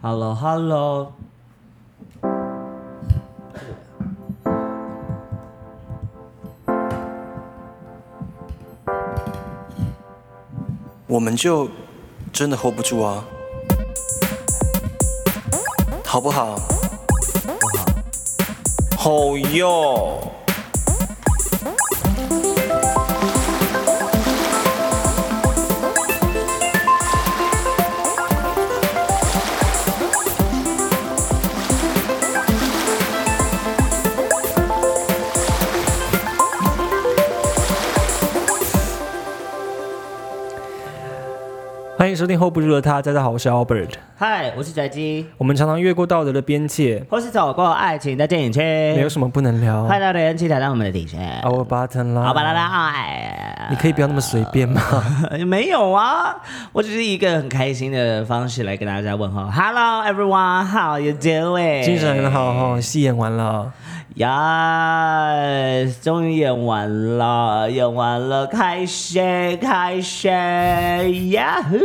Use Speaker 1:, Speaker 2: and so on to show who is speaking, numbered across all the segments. Speaker 1: Hello Hello，
Speaker 2: 我们就真的 hold 不住啊，好不好？好哟。
Speaker 3: 欢迎收听 hold 不住的他，大家好，我是 Albert。
Speaker 1: 嗨，我是宅基，
Speaker 3: 我们常常越过道德的边界，
Speaker 1: 或是走过爱情的电影圈，
Speaker 3: 没有什么哦不能聊。
Speaker 1: 快乐的人气挑战我们的底线。
Speaker 3: Our button 啦，
Speaker 1: 好吧啦啦，哎，
Speaker 3: 你可以不要那么随便吗？
Speaker 1: 没有啊，我只是一个很开心的方式来跟大家问候。Hello everyone, how you doing？
Speaker 3: 精神很好哦，戏演完了，
Speaker 1: 呀，终于演完了，演完了，开心开心呀呼！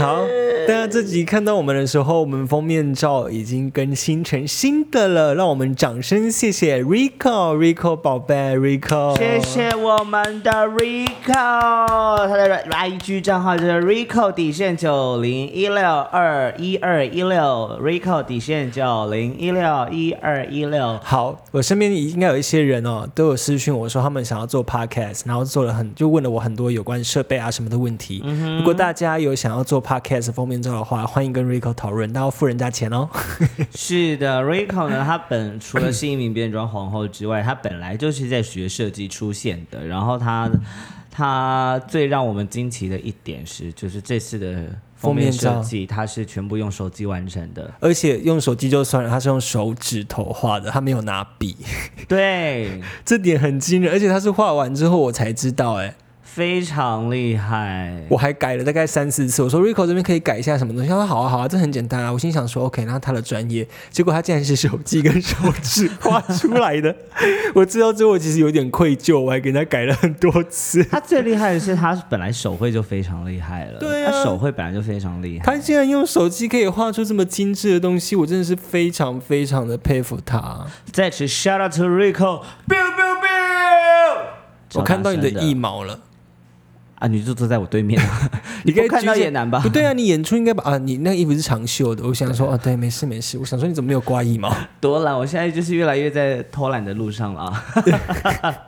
Speaker 3: 好。大家这集看到我们的时候，我们封面照已经更新成新的了，让我们掌声谢谢 Rico Rico 宝贝 Rico，
Speaker 1: 谢谢我们的 Rico，他的 IG 账号就是 Rico 底线九零一六二一二一六，Rico 底线九零一六一二一六。
Speaker 3: 好，我身边应该有一些人哦，都有私讯我说他们想要做 podcast，然后做了很就问了我很多有关设备啊什么的问题。如果大家有想要做 podcast 封面照的话，欢迎跟 Rico 讨论，但要付人家钱哦。
Speaker 1: 是的，Rico 呢，他本除了是一名变装皇后之外，他本来就是在学设计出现的。然后他，他最让我们惊奇的一点是，就是这次的封面设计，他是全部用手机完成的。
Speaker 3: 而且用手机就算了，他是用手指头画的，他没有拿笔，
Speaker 1: 对，
Speaker 3: 这点很惊人。而且他是画完之后我才知道、哎，
Speaker 1: 非常厉害。
Speaker 3: 我还改了大概三四次。我说 Rico 这边可以改一下什么东西，他说好啊好啊，这很简单啊。我心想说 OK，那他的专业，结果他竟然是手机跟手指画出来的。我知道之后我其实有点愧疚，我还给他改了很多次。
Speaker 1: 他最厉害的是，他本来手绘就非常厉害了，
Speaker 3: 对啊
Speaker 1: 他手绘本来就非常厉害。
Speaker 3: 他竟然用手机可以画出这么精致的东西，我真的是非常非常的佩服他。
Speaker 1: 再次 shout out to Rico，biu biu biu。
Speaker 3: 我看到你的
Speaker 1: 超大声
Speaker 3: 一毛了。
Speaker 1: 啊，你就坐在我对面，
Speaker 3: 你
Speaker 1: 不
Speaker 3: 该
Speaker 1: 看到
Speaker 3: 举起
Speaker 1: 也难吧
Speaker 3: 不对啊，你演出应该把啊，你那个衣服是长袖的。我想说啊，对，没事没事。我想说你怎么没有刮腋毛？
Speaker 1: 多懒，我现在就是越来越在偷懒的路上了 啊。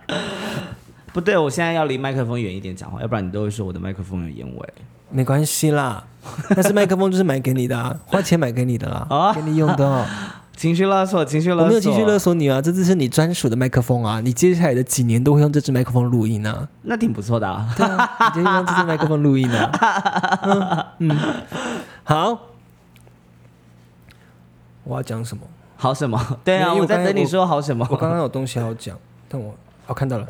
Speaker 1: 不对，我现在要离麦克风远一点讲话，要不然你都会说我的麦克风有烟味。
Speaker 3: 没关系啦，但是麦克风就是买给你的、啊，花钱买给你的啦，
Speaker 1: 哦
Speaker 3: 给你用的、哦。
Speaker 1: 情绪勒索，情绪勒
Speaker 3: 我
Speaker 1: 索，
Speaker 3: 没有情绪勒索你啊，这只是你专属的麦克风啊，你接下来的几年都会用这支麦克风录音啊，
Speaker 1: 那挺不错的、啊。
Speaker 3: 对啊，你就用这支麦克风录音啊。嗯嗯，好，我要讲什么？
Speaker 1: 好什么？对啊，
Speaker 3: 因为
Speaker 1: 我
Speaker 3: 我刚才
Speaker 1: 在等你说好什么。
Speaker 3: 我刚刚有东西要讲，但我哦看到了。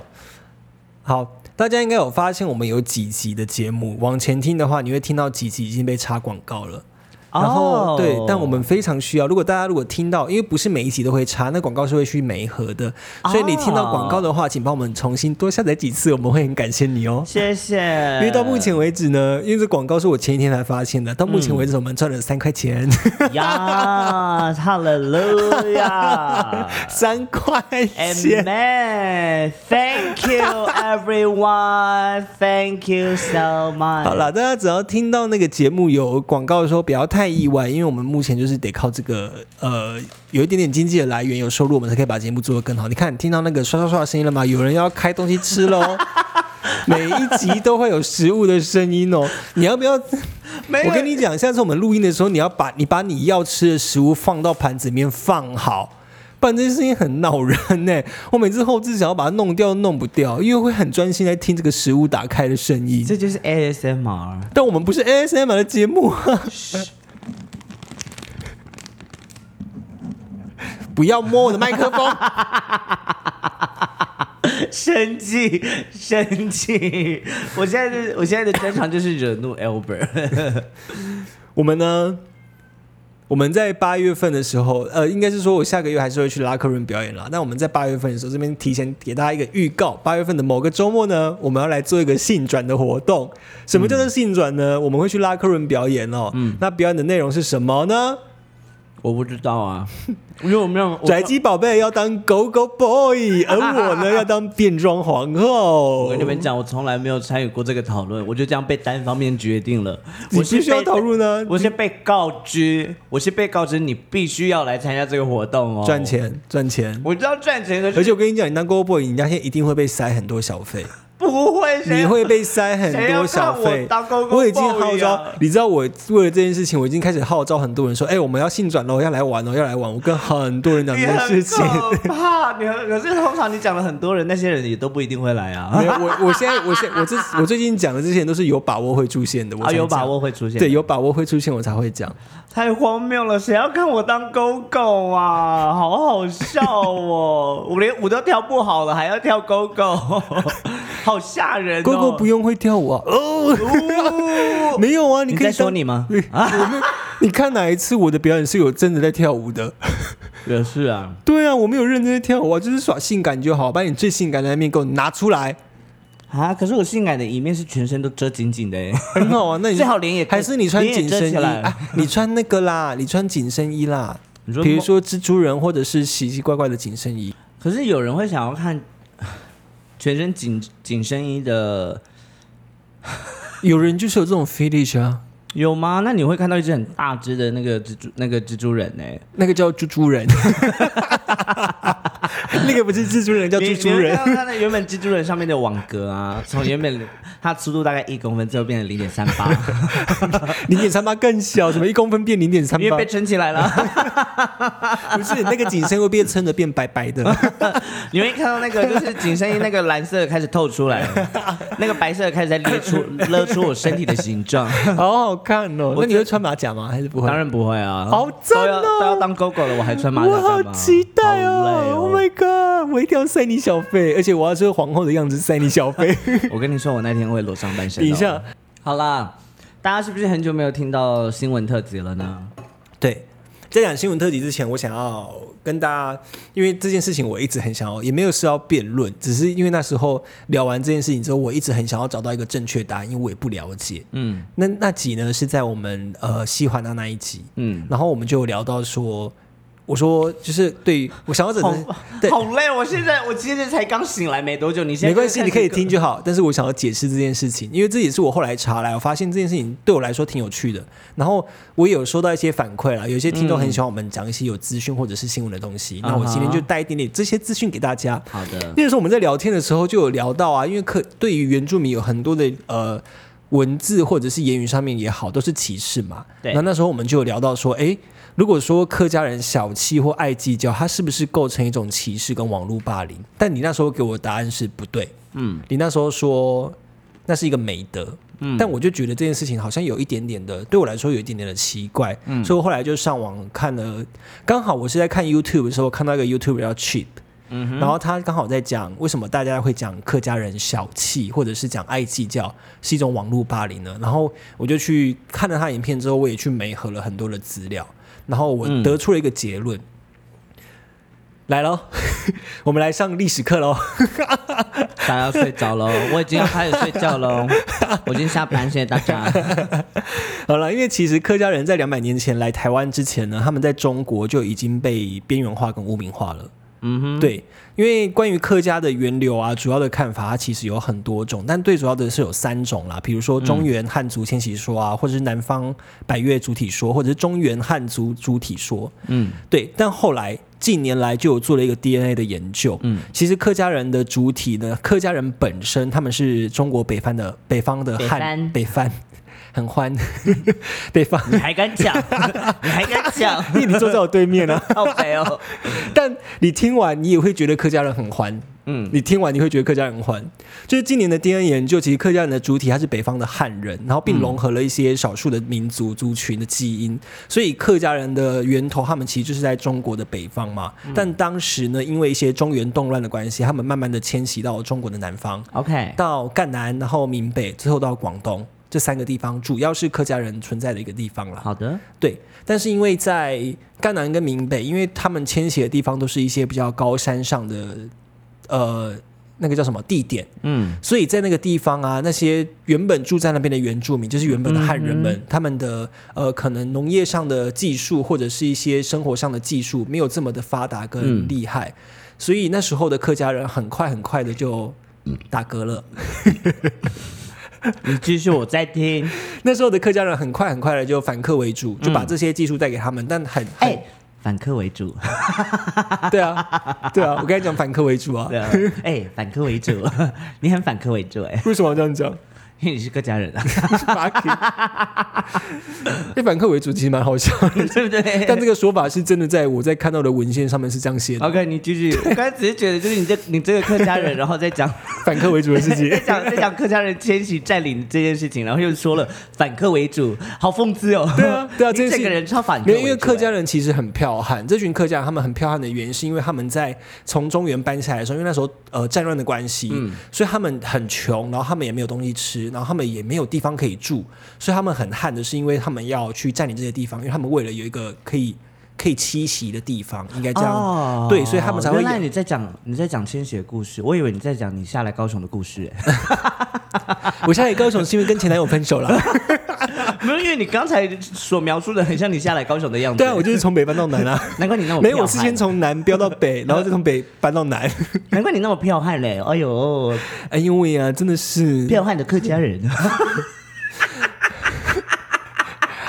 Speaker 3: 好，大家应该有发现，我们有几集的节目往前听的话，你会听到几集已经被插广告了。然后、
Speaker 1: 哦
Speaker 3: 对，但我们非常需要。如果大家如果听到，因为不是每一集都会插，那广告是会去每一盒的，所以你听到广告的话，请帮我们重新多下载几次，我们会很感谢你哦。
Speaker 1: 谢谢。
Speaker 3: 因为到目前为止呢，因为这广告是我前一天才发现的，到目前为止我们赚了三块钱，
Speaker 1: 呀，哈利路 亚。
Speaker 3: 三块钱。
Speaker 1: Amen. Thank you, everyone. Thank you so much.
Speaker 3: 好了，大家只要听到那个节目有广告的时候，不要太意外，因为我们目前就是得靠这个呃，有一点点经济的来源，有收入，我们才可以把节目做得更好。你看，你听到那个刷刷刷的声音了吗？有人要开东西吃喽。 每一集都会有食物的声音哦，你要不要？
Speaker 1: 没有
Speaker 3: 我跟你讲，下次我们录音的时候，你要把你把你要吃的食物放到盘子里面放好，不然这件事情很恼人呢、我每次后置想要把它弄掉，弄不掉，因为会很专心在听这个食物打开的声音。
Speaker 1: 这就是 ASMR。
Speaker 3: 但我们不是 ASMR 的节目、 啊，不要摸我的麦克风。
Speaker 1: 生气，生气！我现在的我现在的专长就是惹怒 Albert。
Speaker 3: 我们呢，我们在八月份的时候，呃，应该是说我下个月还是会去拉克润表演啦。那我们在八月份的时候，这边提前给大家一个预告，八月份的某个周末呢，我们要来做一个性转的活动。什么叫做性转呢？我们会去拉克润表演哦。那表演的内容是什么呢？
Speaker 1: 我不知道啊，因为我没有我
Speaker 3: 拽鸡宝贝要当狗 狗 boy，而我呢要当变装皇后。
Speaker 1: 我跟你们讲，我从来没有参与过这个讨论，我就这样被单方面决定了。
Speaker 3: 你
Speaker 1: 我是
Speaker 3: 必须要啊
Speaker 1: 被
Speaker 3: 投入呢
Speaker 1: 我是被告知，我是被告知你必须要来参加这个活动哦，
Speaker 3: 赚。钱赚钱，
Speaker 1: 我知道赚钱，可
Speaker 3: 而
Speaker 1: 是
Speaker 3: 且我跟你讲，你当 Go Boy，你那天一定会被塞很多小费，
Speaker 1: 不会，谁
Speaker 3: 你会被塞很
Speaker 1: 谁要
Speaker 3: 多
Speaker 1: 看
Speaker 3: 小
Speaker 1: 我
Speaker 3: 费
Speaker 1: 当。Go Go
Speaker 3: 我已经
Speaker 1: Boy
Speaker 3: 号召
Speaker 1: 啊，
Speaker 3: 你知道我为了这件事情，我已经开始号召很多人说：“哎，我们要性转喽，要来玩哦，要来玩。”我跟很多人讲
Speaker 1: 你
Speaker 3: 这件
Speaker 1: 很
Speaker 3: 事情。
Speaker 1: 可怕，你很可是通常你讲了很多人，那些人也都不一定会来啊
Speaker 3: 没。有，我我现在我现我这我最近讲的这些人都是有把握会出现的，我
Speaker 1: 啊，
Speaker 3: 才
Speaker 1: 有把
Speaker 3: 讲
Speaker 1: 握会出现，
Speaker 3: 对，有把握会出现我才会讲。
Speaker 1: 太荒谬了，谁要看我当狗狗啊？好好笑哦！我连舞都跳不好了，还要跳狗狗， 好吓 人、哦！
Speaker 3: Go Go 不用会跳舞啊？哦，
Speaker 1: 哦，
Speaker 3: 没有啊，
Speaker 1: 你
Speaker 3: 可以
Speaker 1: 在说
Speaker 3: 当
Speaker 1: 你吗？
Speaker 3: 你看哪一次我的表演是有真的在跳舞的？
Speaker 1: 也是啊，
Speaker 3: 对啊，我没有认真在跳舞啊，就是耍性感就好，把你最性感的那一面给我拿出来，
Speaker 1: 啊，可是我性感的一面是全身都遮紧紧的哎，
Speaker 3: 很好啊。那 你
Speaker 1: 最好脸也
Speaker 3: 还是你穿紧
Speaker 1: 脸也
Speaker 3: 身
Speaker 1: 遮
Speaker 3: 衣，
Speaker 1: 起来
Speaker 3: 啊、你穿那个啦，你穿紧身衣啦，
Speaker 1: 你说
Speaker 3: 比如说蜘蛛人或者是奇奇怪怪的紧身衣，
Speaker 1: 可是有人会想要看全身紧紧身衣的，
Speaker 3: 有人就是有这种 fetish 啊，
Speaker 1: 有吗？那你会看到一只很大只的那个蜘蛛那个蜘蛛人呢、
Speaker 3: 那个叫蜘蛛人， 那个不是蜘蛛人，叫
Speaker 1: 你
Speaker 3: 蜘蛛
Speaker 1: 你会
Speaker 3: 人。
Speaker 1: 看到它的原本蜘蛛人上面的网格啊，从原本它粗度大概一公分，最后变成零点三八，
Speaker 3: 零点三八更小，什么一公分变零点三
Speaker 1: 因为
Speaker 3: 八
Speaker 1: 被？撑起来了。
Speaker 3: 不是那个紧身会变撑的变白白 的。
Speaker 1: 你会看到那个就是紧身衣那个蓝色开始透出来了，那个白色开始在勒出勒出我身体的形状。
Speaker 3: 好好看哦！那你会穿马甲吗？还是不会
Speaker 1: 当？然不会啊，
Speaker 3: 好赞
Speaker 1: 都
Speaker 3: 哦
Speaker 1: 要都要当狗狗了，我还穿马甲
Speaker 3: 我
Speaker 1: 干嘛
Speaker 3: 好期待
Speaker 1: 好累
Speaker 3: 哦
Speaker 1: 哦
Speaker 3: o h my god！我一定要塞你小费，而且我要是皇后的样子塞你小 费。
Speaker 1: 我跟你说，我那天会裸上半身、哦。
Speaker 3: 等一下，
Speaker 1: 好啦，大家是不是很久没有听到新闻特辑了呢？
Speaker 3: 对，在讲新闻特辑之前，我想要跟大家，因为这件事情我一直很想要，也没有是要辩论，只是因为那时候聊完这件事情之后，我一直很想要找到一个正确答案，因为我也不了解。
Speaker 1: 嗯
Speaker 3: 那那集呢是在我们呃西环的那一集，
Speaker 1: 嗯，
Speaker 3: 然后我们就有聊到说，我说就是对于我想要整
Speaker 1: 好
Speaker 3: 个对
Speaker 1: 好累，我现在我今天才刚醒来没多久，你现在
Speaker 3: 没关系，
Speaker 1: 就
Speaker 3: 你
Speaker 1: 开始
Speaker 3: 可以听就好。但是我想要解释这件事情，因为这也是我后来查来，我发现这件事情对我来说挺有趣的。然后我也有收到一些反馈啦，有一些听众
Speaker 1: 嗯
Speaker 3: 很喜欢我们讲一些有资讯或者是新闻的东西。那我今
Speaker 1: 啊
Speaker 3: 天就带一点点这些资讯给大家。
Speaker 1: 好的，
Speaker 3: 那个时候我们在聊天的时候就有聊到啊，因为可对于原住民有很多的呃文字或者是言语上面也好，都是歧视嘛。
Speaker 1: 对
Speaker 3: 那那时候我们就有聊到说，哎，如果说客家人小气或爱计较，它是不是构成一种歧视跟网络霸凌？但你那时候给我的答案是不对。
Speaker 1: 嗯，
Speaker 3: 你那时候说那是一个美德，嗯，但我就觉得这件事情好像有一点点的，对我来说有一点点的奇怪，嗯，所以我后来就上网看了，刚好我是在看 YouTube 的时候看到一个 YouTube 叫 Cheap。嗯、然后他刚好在讲为什么大家会讲客家人小气，或者是讲爱计较是一种网络霸凌呢？然后我就去看了他影片之后，我也去媒合了很多的资料，然后我得出了一个结论，来喽， 我们来上历史课喽。
Speaker 1: 大家要睡着 喽，我已经要开始睡觉喽，我已经下班，谢谢大家。
Speaker 3: 好了，因为其实客家人在两百年前来台湾之前呢，他们在中国就已经被边缘化跟污名化了。
Speaker 1: 嗯哼，
Speaker 3: 对，因为关于客家的源流啊，主要的看法它其实有很多种，但最主要的是有三种啦，比如说
Speaker 1: 嗯
Speaker 3: 中原汉族迁徙说啊，或者是南方百越主体说，或者是中原汉族主体说。
Speaker 1: 嗯
Speaker 3: 对，但后来近年来就有做了一个 DNA 的研究。
Speaker 1: 嗯
Speaker 3: 嗯，其实客家人的主体呢，客家人本身他们是中国北方的北方的汉北方， 很欢北方。
Speaker 1: 你还敢 讲？你还敢讲？
Speaker 3: 因为你坐在我对面啊，
Speaker 1: 好肥哦！
Speaker 3: 但你听完你也会觉得客家人很欢。嗯
Speaker 1: 嗯，
Speaker 3: 你听完你会觉得客家人很欢，就是今年的 DNA 研究，其实客家人的主体他是北方的汉人，然后并融合了一些少数的民族族群的基因，所以客家人的源头他们其实就是在中国的北方嘛。但当时呢，因为一些中原动乱的关系，他们慢慢的迁徙到中国的南方，
Speaker 1: OK，
Speaker 3: 到赣南，然后闽北，最后到广东。这三个地方主要是客家人存在的一个地方啦。
Speaker 1: 好的，
Speaker 3: 对，但是因为在赣南跟闽北，因为他们迁徙的地方都是一些比较高山上的，呃，那个叫什么地点，
Speaker 1: 嗯，
Speaker 3: 所以在那个地方啊，那些原本住在那边的原住民，就是原本的汉人们，他们的呃，可能农业上的技术或者是一些生活上的技术没有这么的发达跟厉害，所以那时候的客家人很快很快的就打嗝了。
Speaker 1: 你继续，我在听。
Speaker 3: 那时候的客家人很快很快的就反客为主，就把这些技术带给他们，但很很、
Speaker 1: 哎，反客为主，
Speaker 3: 对啊，对啊，我刚才讲反客为主啊
Speaker 1: 对，啊哎，反客为主， 你很反客为主哎，
Speaker 3: 为什么要这样讲？
Speaker 1: 因为你是客家人啊，
Speaker 3: 哎，反客为主其实蛮好笑的，
Speaker 1: 对不对？
Speaker 3: 但这个说法是真的，在我在看到的文献上面是这样写的，
Speaker 1: OK，你继续。我刚才只是觉得，就是你这你这个客家人，然后再 讲
Speaker 3: 反客为主的事 情
Speaker 1: 在。讲在讲客家人迁徙占领这件事情，然后又说了反客为主，好讽刺哦。
Speaker 3: 对啊 对啊
Speaker 1: 你
Speaker 3: 这件事
Speaker 1: 整个人超反客
Speaker 3: 没
Speaker 1: 为
Speaker 3: 有，
Speaker 1: 主，哎
Speaker 3: 因为客家人其实很剽悍。这群客家人他们很剽悍的原因，是因为他们在从中原搬下来的时候，因为那时候呃战乱的关系，所以他们很穷，然后他们也没有东西吃，然后他们也没有地方可以住，所以他们很悍的是因为他们要去占领这些地方，因为他们为了有一个可以可以栖息的地方，应该这样、
Speaker 1: 哦
Speaker 3: 对，所以他们才会啊
Speaker 1: 原 来你在讲你在讲迁徙的故事，我以为你在讲你下来高雄的故事， 哎
Speaker 3: 我现在也高雄是因为跟前男友分手 了，
Speaker 1: 没有，因为你刚才所描述的很像你下来高雄的样子。
Speaker 3: 对啊，我就是从北搬到南 啊。
Speaker 1: 难怪你那么
Speaker 3: 没有，我
Speaker 1: 彪
Speaker 3: 是
Speaker 1: 悍
Speaker 3: 先从南飙到北，然后再从北搬到南。
Speaker 1: 难怪你那么彪悍嘞！哎呦，
Speaker 3: 哎呦喂啊，真的是
Speaker 1: 彪悍的客家人，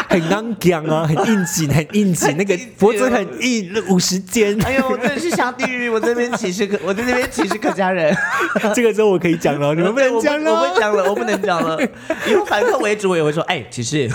Speaker 3: 很刚讲啊，很应景，很啊应景，那个脖子很硬，五十肩。
Speaker 1: 哎呦，我真的是下地狱！我这边歧视客，我 在那边歧视客家 人。
Speaker 3: 这个之后我可以讲了，你们不能
Speaker 1: 我
Speaker 3: 讲
Speaker 1: 不我不
Speaker 3: 了。
Speaker 1: 讲啊了，我不能讲了。 以后反客为主，我也会说，哎，歧视。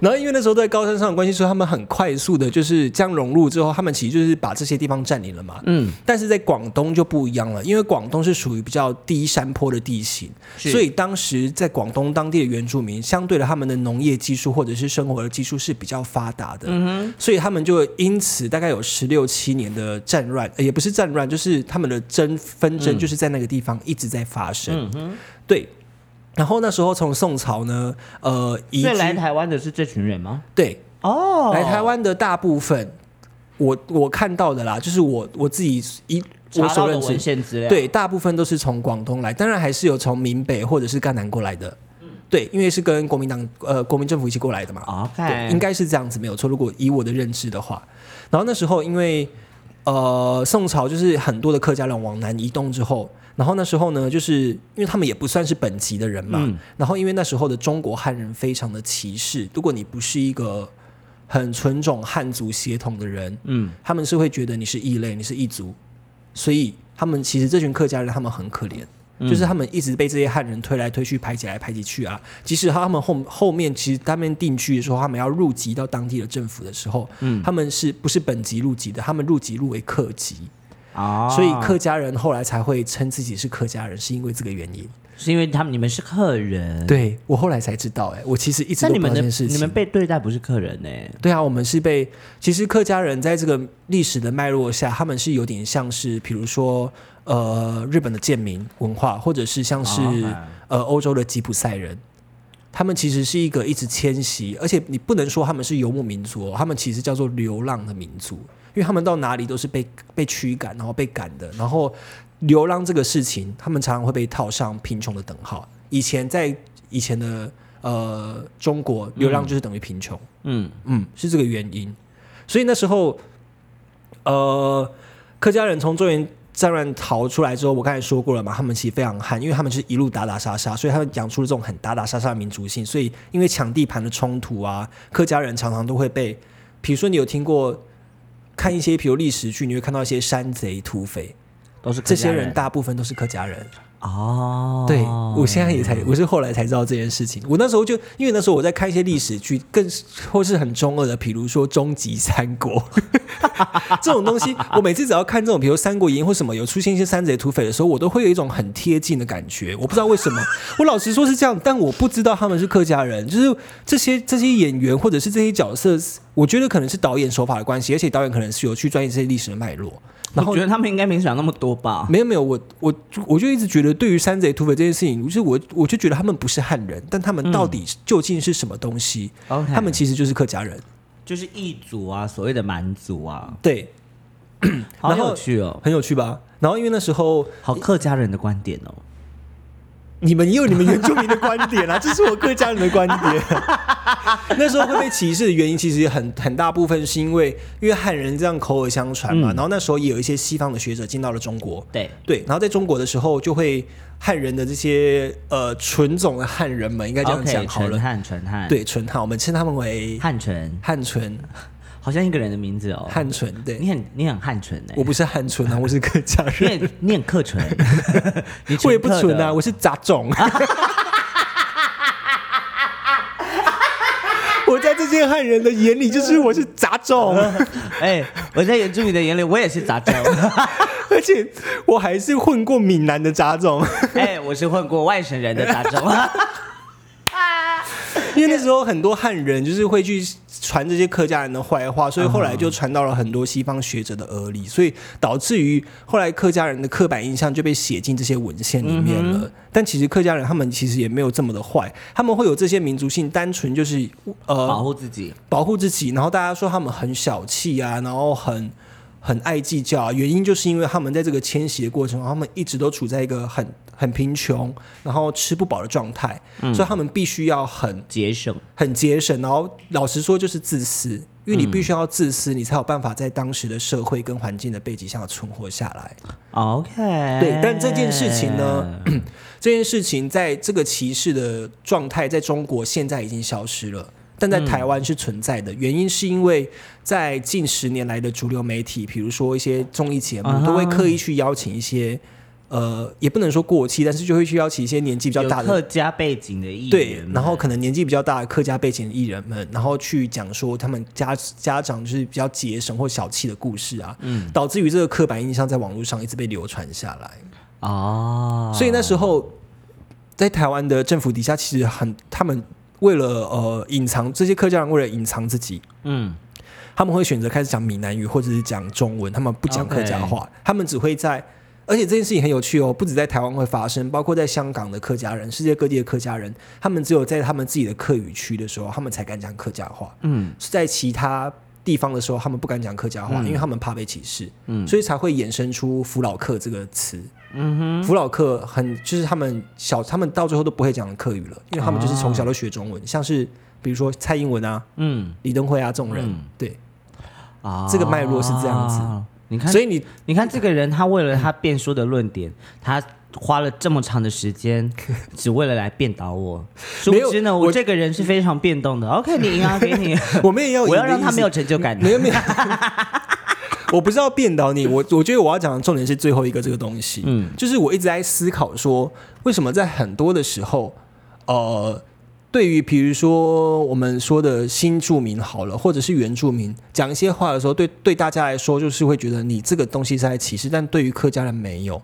Speaker 3: 然后因为那时候在高山上的关系，所以他们很快速的，就是这样融入之后，他们其实就是把这些地方占领了嘛。
Speaker 1: 嗯，
Speaker 3: 但是在广东就不一样了，因为广东是属于比较低山坡的地形，
Speaker 1: 是
Speaker 3: 所以当时在广东当地的原住民，相对的他们的农业技术或者是生活的技术是比较发达的，
Speaker 1: 嗯
Speaker 3: 所以他们就因此大概有十六七年的战乱、呃也不是战乱，就是他们的争纷
Speaker 1: 嗯
Speaker 3: 争就是在那个地方一直在发生，对。然后那时候从宋朝呢，呃，移
Speaker 1: 所以
Speaker 3: 居
Speaker 1: 来台湾的是这群人吗？
Speaker 3: 对
Speaker 1: 哦，
Speaker 3: 来台湾的大部分，我我看到的啦，就是我我自己一
Speaker 1: 查
Speaker 3: 我
Speaker 1: 到
Speaker 3: 所
Speaker 1: 的
Speaker 3: 认
Speaker 1: 文
Speaker 3: 知，
Speaker 1: 献啊资料，，
Speaker 3: 对，大部分都是从广东来，当然还是有从闽北或者是赣南过来的，
Speaker 1: 嗯
Speaker 3: 对，因为是跟国民党呃国民政府一起过来的嘛，对，
Speaker 1: OK，
Speaker 3: 应该是这样子没有错。如果以我的认知的话，然后那时候因为呃宋朝就是很多的客家人往南移动之后，然后那时候呢，就是因为他们也不算是本籍的人嘛，
Speaker 1: 嗯
Speaker 3: 然后因为那时候的中国汉人非常的歧视，如果你不是一个很纯种汉族血统的人，
Speaker 1: 嗯，
Speaker 3: 他们是会觉得你是异类，你是异族，所以他们其实这群客家人他们很可怜。
Speaker 1: 嗯
Speaker 3: 就是他们一直被这些汉人推来推去、排挤来排挤去啊。即使他们后后面其实他们定居的时候，他们要入籍到当地的政府的时候，
Speaker 1: 嗯
Speaker 3: 他们是不是本籍入籍的？他们入籍入为客籍，
Speaker 1: 哦，
Speaker 3: 所以客家人后来才会称自己是客家人，是因为这个原因。
Speaker 1: 是因为他们你们是客人，，
Speaker 3: 对我后来才知道、哎，我其实一直
Speaker 1: 但
Speaker 3: 都不
Speaker 1: 你
Speaker 3: 知道
Speaker 1: 们
Speaker 3: 这
Speaker 1: 的
Speaker 3: 件事
Speaker 1: 你们
Speaker 3: 情。
Speaker 1: 被对待不是客人呢，
Speaker 3: 对啊，我们是被其实客家人在这个历史的脉络下，他们是有点像是，比如说呃日本的贱民文化，或者是像是、
Speaker 1: 哦
Speaker 3: 呃欧洲的吉普赛人，他们其实是一个一直迁徙，而且你不能说他们是游牧民族、哦，他们其实叫做流浪的民族，因为他们到哪里都是被被驱赶，然后被赶的，然后流浪这个事情，他们常常会被套上贫穷的等号。以前在以前的呃中国，流浪就是等于贫穷。
Speaker 1: 嗯，
Speaker 3: 嗯，是这个原因。所以那时候，呃，客家人从中原战乱逃出来之后，我刚才说过了嘛，他们其实非常悍，因为他们是一路打打杀杀，所以他们养出了这种很打打杀杀的民族性。所以因为抢地盘的冲突啊，客家人常常都会被，比如说你有听过看一些比如历史剧，你会看到一些山贼、土匪，
Speaker 1: 都是客
Speaker 3: 这
Speaker 1: 家
Speaker 3: 些人大部分都是客家人。
Speaker 1: 哦，
Speaker 3: 对，我现在也才，我是后来才知道这件事情。我那时候就，因为那时候我在看一些历史剧，更是或是很中二的，比如说《终极三国》 这种东西，我每次只要看这种，比如《三国演义》或什么有出现一些山贼土匪的时候，我都会有一种很贴近的感觉。我不知道为什么，我老实说是这样，但我不知道他们是客家人，就是这些这些演员或者是这些角色。我觉得可能是导演手法的关系，而且导演可能是有去钻研这些历史的脉络。然后
Speaker 1: 我觉得他们应该没想那么多吧？
Speaker 3: 没有没有，我我我就一直觉得，对于山贼土匪这件事情，就是我我就觉得他们不是汉人，但他们到底究竟是什么东西？
Speaker 1: OK
Speaker 3: 嗯他们其实就是客家人，
Speaker 1: 就是异族啊，所谓的蛮族啊，
Speaker 3: 对，
Speaker 1: 好
Speaker 3: 然后
Speaker 1: 有趣哦，
Speaker 3: 很有趣吧？然后因为那时候
Speaker 1: 好客家人的观点哦。
Speaker 3: 你们也有你们原住民的观点啊，这是我客家人的观点。那时候会被歧视的原因，其实很很大部分是因为因为汉人这样口耳相传嘛，然后那时候也有一些西方的学者进到了中国，
Speaker 1: 对，
Speaker 3: 对，然后在中国的时候，就会汉人的这些呃纯种的汉人们，应该这样
Speaker 1: OK，
Speaker 3: 讲好了
Speaker 1: 陈汉，陈汉，，
Speaker 3: 对，纯汉，我们称他们为
Speaker 1: 汉纯，
Speaker 3: 汉纯，
Speaker 1: 好像一个人的名字哦。
Speaker 3: 汉纯，对
Speaker 1: 你，很你很汉纯哎、
Speaker 3: 我不是汉 纯啊，我是客家
Speaker 1: 你
Speaker 3: 人，
Speaker 1: 很你很克纯，你
Speaker 3: 我也不
Speaker 1: 纯
Speaker 3: 纯啊，我是杂 种。我在这些汉人的眼里，就是我是 杂种，
Speaker 1: 哎、我在原住民的眼里，我也是杂 种。
Speaker 3: 而且我还是混过闽南的杂种。
Speaker 1: 哎、我是混过外省人的杂种。
Speaker 3: 因为那时候很多汉人就是会去传这些客家人的坏话，所以后来就传到了很多西方学者的耳里，所以导致于后来客家人的刻板印象就被写进这些文献里面了。但其实客家人他们其实也没有这么的坏，他们会有这些民族性，单纯就是
Speaker 1: 保
Speaker 3: 呃
Speaker 1: 护自己，
Speaker 3: 保护自己，然后大家说他们很小气啊，然后很。很爱计较、啊，原因就是因为他们在这个迁徙的过程中，他们一直都处在一个很很贫穷，然后吃不饱的状态，所以他们必须要很
Speaker 1: 节省。
Speaker 3: 很节省，然后老实说就是自私，因为你
Speaker 1: 嗯
Speaker 3: 必须要自私，你才有办法在当时的社会跟环境的背景下存活下来。
Speaker 1: OK，
Speaker 3: 对，但这件事情呢，这件事情在这个歧视的状态，在中国现在已经消失了。但在台湾是存在的，原因是因为在近十年来的主流媒体，比如说一些综艺节目
Speaker 1: 啊哈
Speaker 3: 都会刻意去邀请一些，呃，也不能说过气，但是就会去邀请一些年纪比较
Speaker 1: 有
Speaker 3: 大的
Speaker 1: 客家背景的艺
Speaker 3: 对
Speaker 1: 人，，
Speaker 3: 然后可能年纪比较大的客家背景的艺人们，然后去讲说他们家家长就是比较节省或小气的故事啊，嗯，导致于这个刻板印象在网络上一直被流传下来。
Speaker 1: 哦，
Speaker 3: 所以那时候呃在台湾的政府底下，其实很他们为了呃隐藏这些客家人为了隐藏自己，
Speaker 1: 嗯，
Speaker 3: 他们会选择开始讲闽南语或者是讲中文，他们不讲
Speaker 1: OK
Speaker 3: 客家话他们只会在。而且这件事情很有趣哦，不止在台湾会发生，包括在香港的客家人、世界各地的客家人，他们只有在他们自己的客语区的时候，他们才敢讲客家话。
Speaker 1: 嗯，
Speaker 3: 是在其他地方的时候，他们不敢讲客家话，因为他们怕被歧视。嗯，所以才会衍生出“扶老客”这个词。嗯哼，扶老客很就是他们小，他们到最后都不会讲客语了，因为他们就是从小都学中文，像是比如说蔡英文啊、
Speaker 1: 嗯
Speaker 3: 李登辉啊这种人，
Speaker 1: 嗯
Speaker 3: 对。
Speaker 1: 啊
Speaker 3: 这个脉络是这样子。
Speaker 1: 哦你看，
Speaker 3: 所 以你
Speaker 1: 你看这个人，他为了他辩说的论点，他花了这么长的时 间，只为了来辩倒我。殊
Speaker 3: 没
Speaker 1: 不
Speaker 3: 有
Speaker 1: 知呢，
Speaker 3: 我
Speaker 1: 我这个人是非常变动的。OK，你赢啊，给 你，
Speaker 3: 我们也要赢
Speaker 1: 我
Speaker 3: 的意思，
Speaker 1: 要让他没有成就感。
Speaker 3: 没有没有，我不是要辩倒你，我我觉得我要讲的重点是最后一个这个东西，嗯，就是我一直在思考说，为什么在很多的时候，呃，对于比如说我们说的新住民好了，或者是原住民讲一些话的时候，对对大家来说就是会觉得你这个东西是在歧视，但对于客家人没有，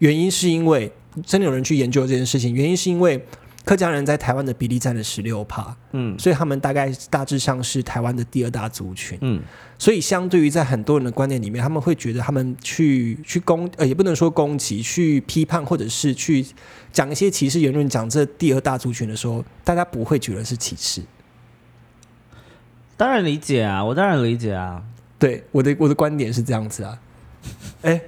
Speaker 3: 原因是因为真的有人去研究这件事情，原因是因为。客家人在台湾的比例占了十六趴，嗯，所以他们大概大致上是台湾的第二大族群，
Speaker 1: 嗯，
Speaker 3: 所以相对于在很多人的观念里面，他们会觉得他们去去攻呃，也不能说攻击，去批判或者是去讲一些歧视言论，讲这第二大族群的时候，大家不会觉得是歧视。
Speaker 1: 当然理解啊，我当然理解啊。
Speaker 3: 对我的我的观点是这样子啊，哎、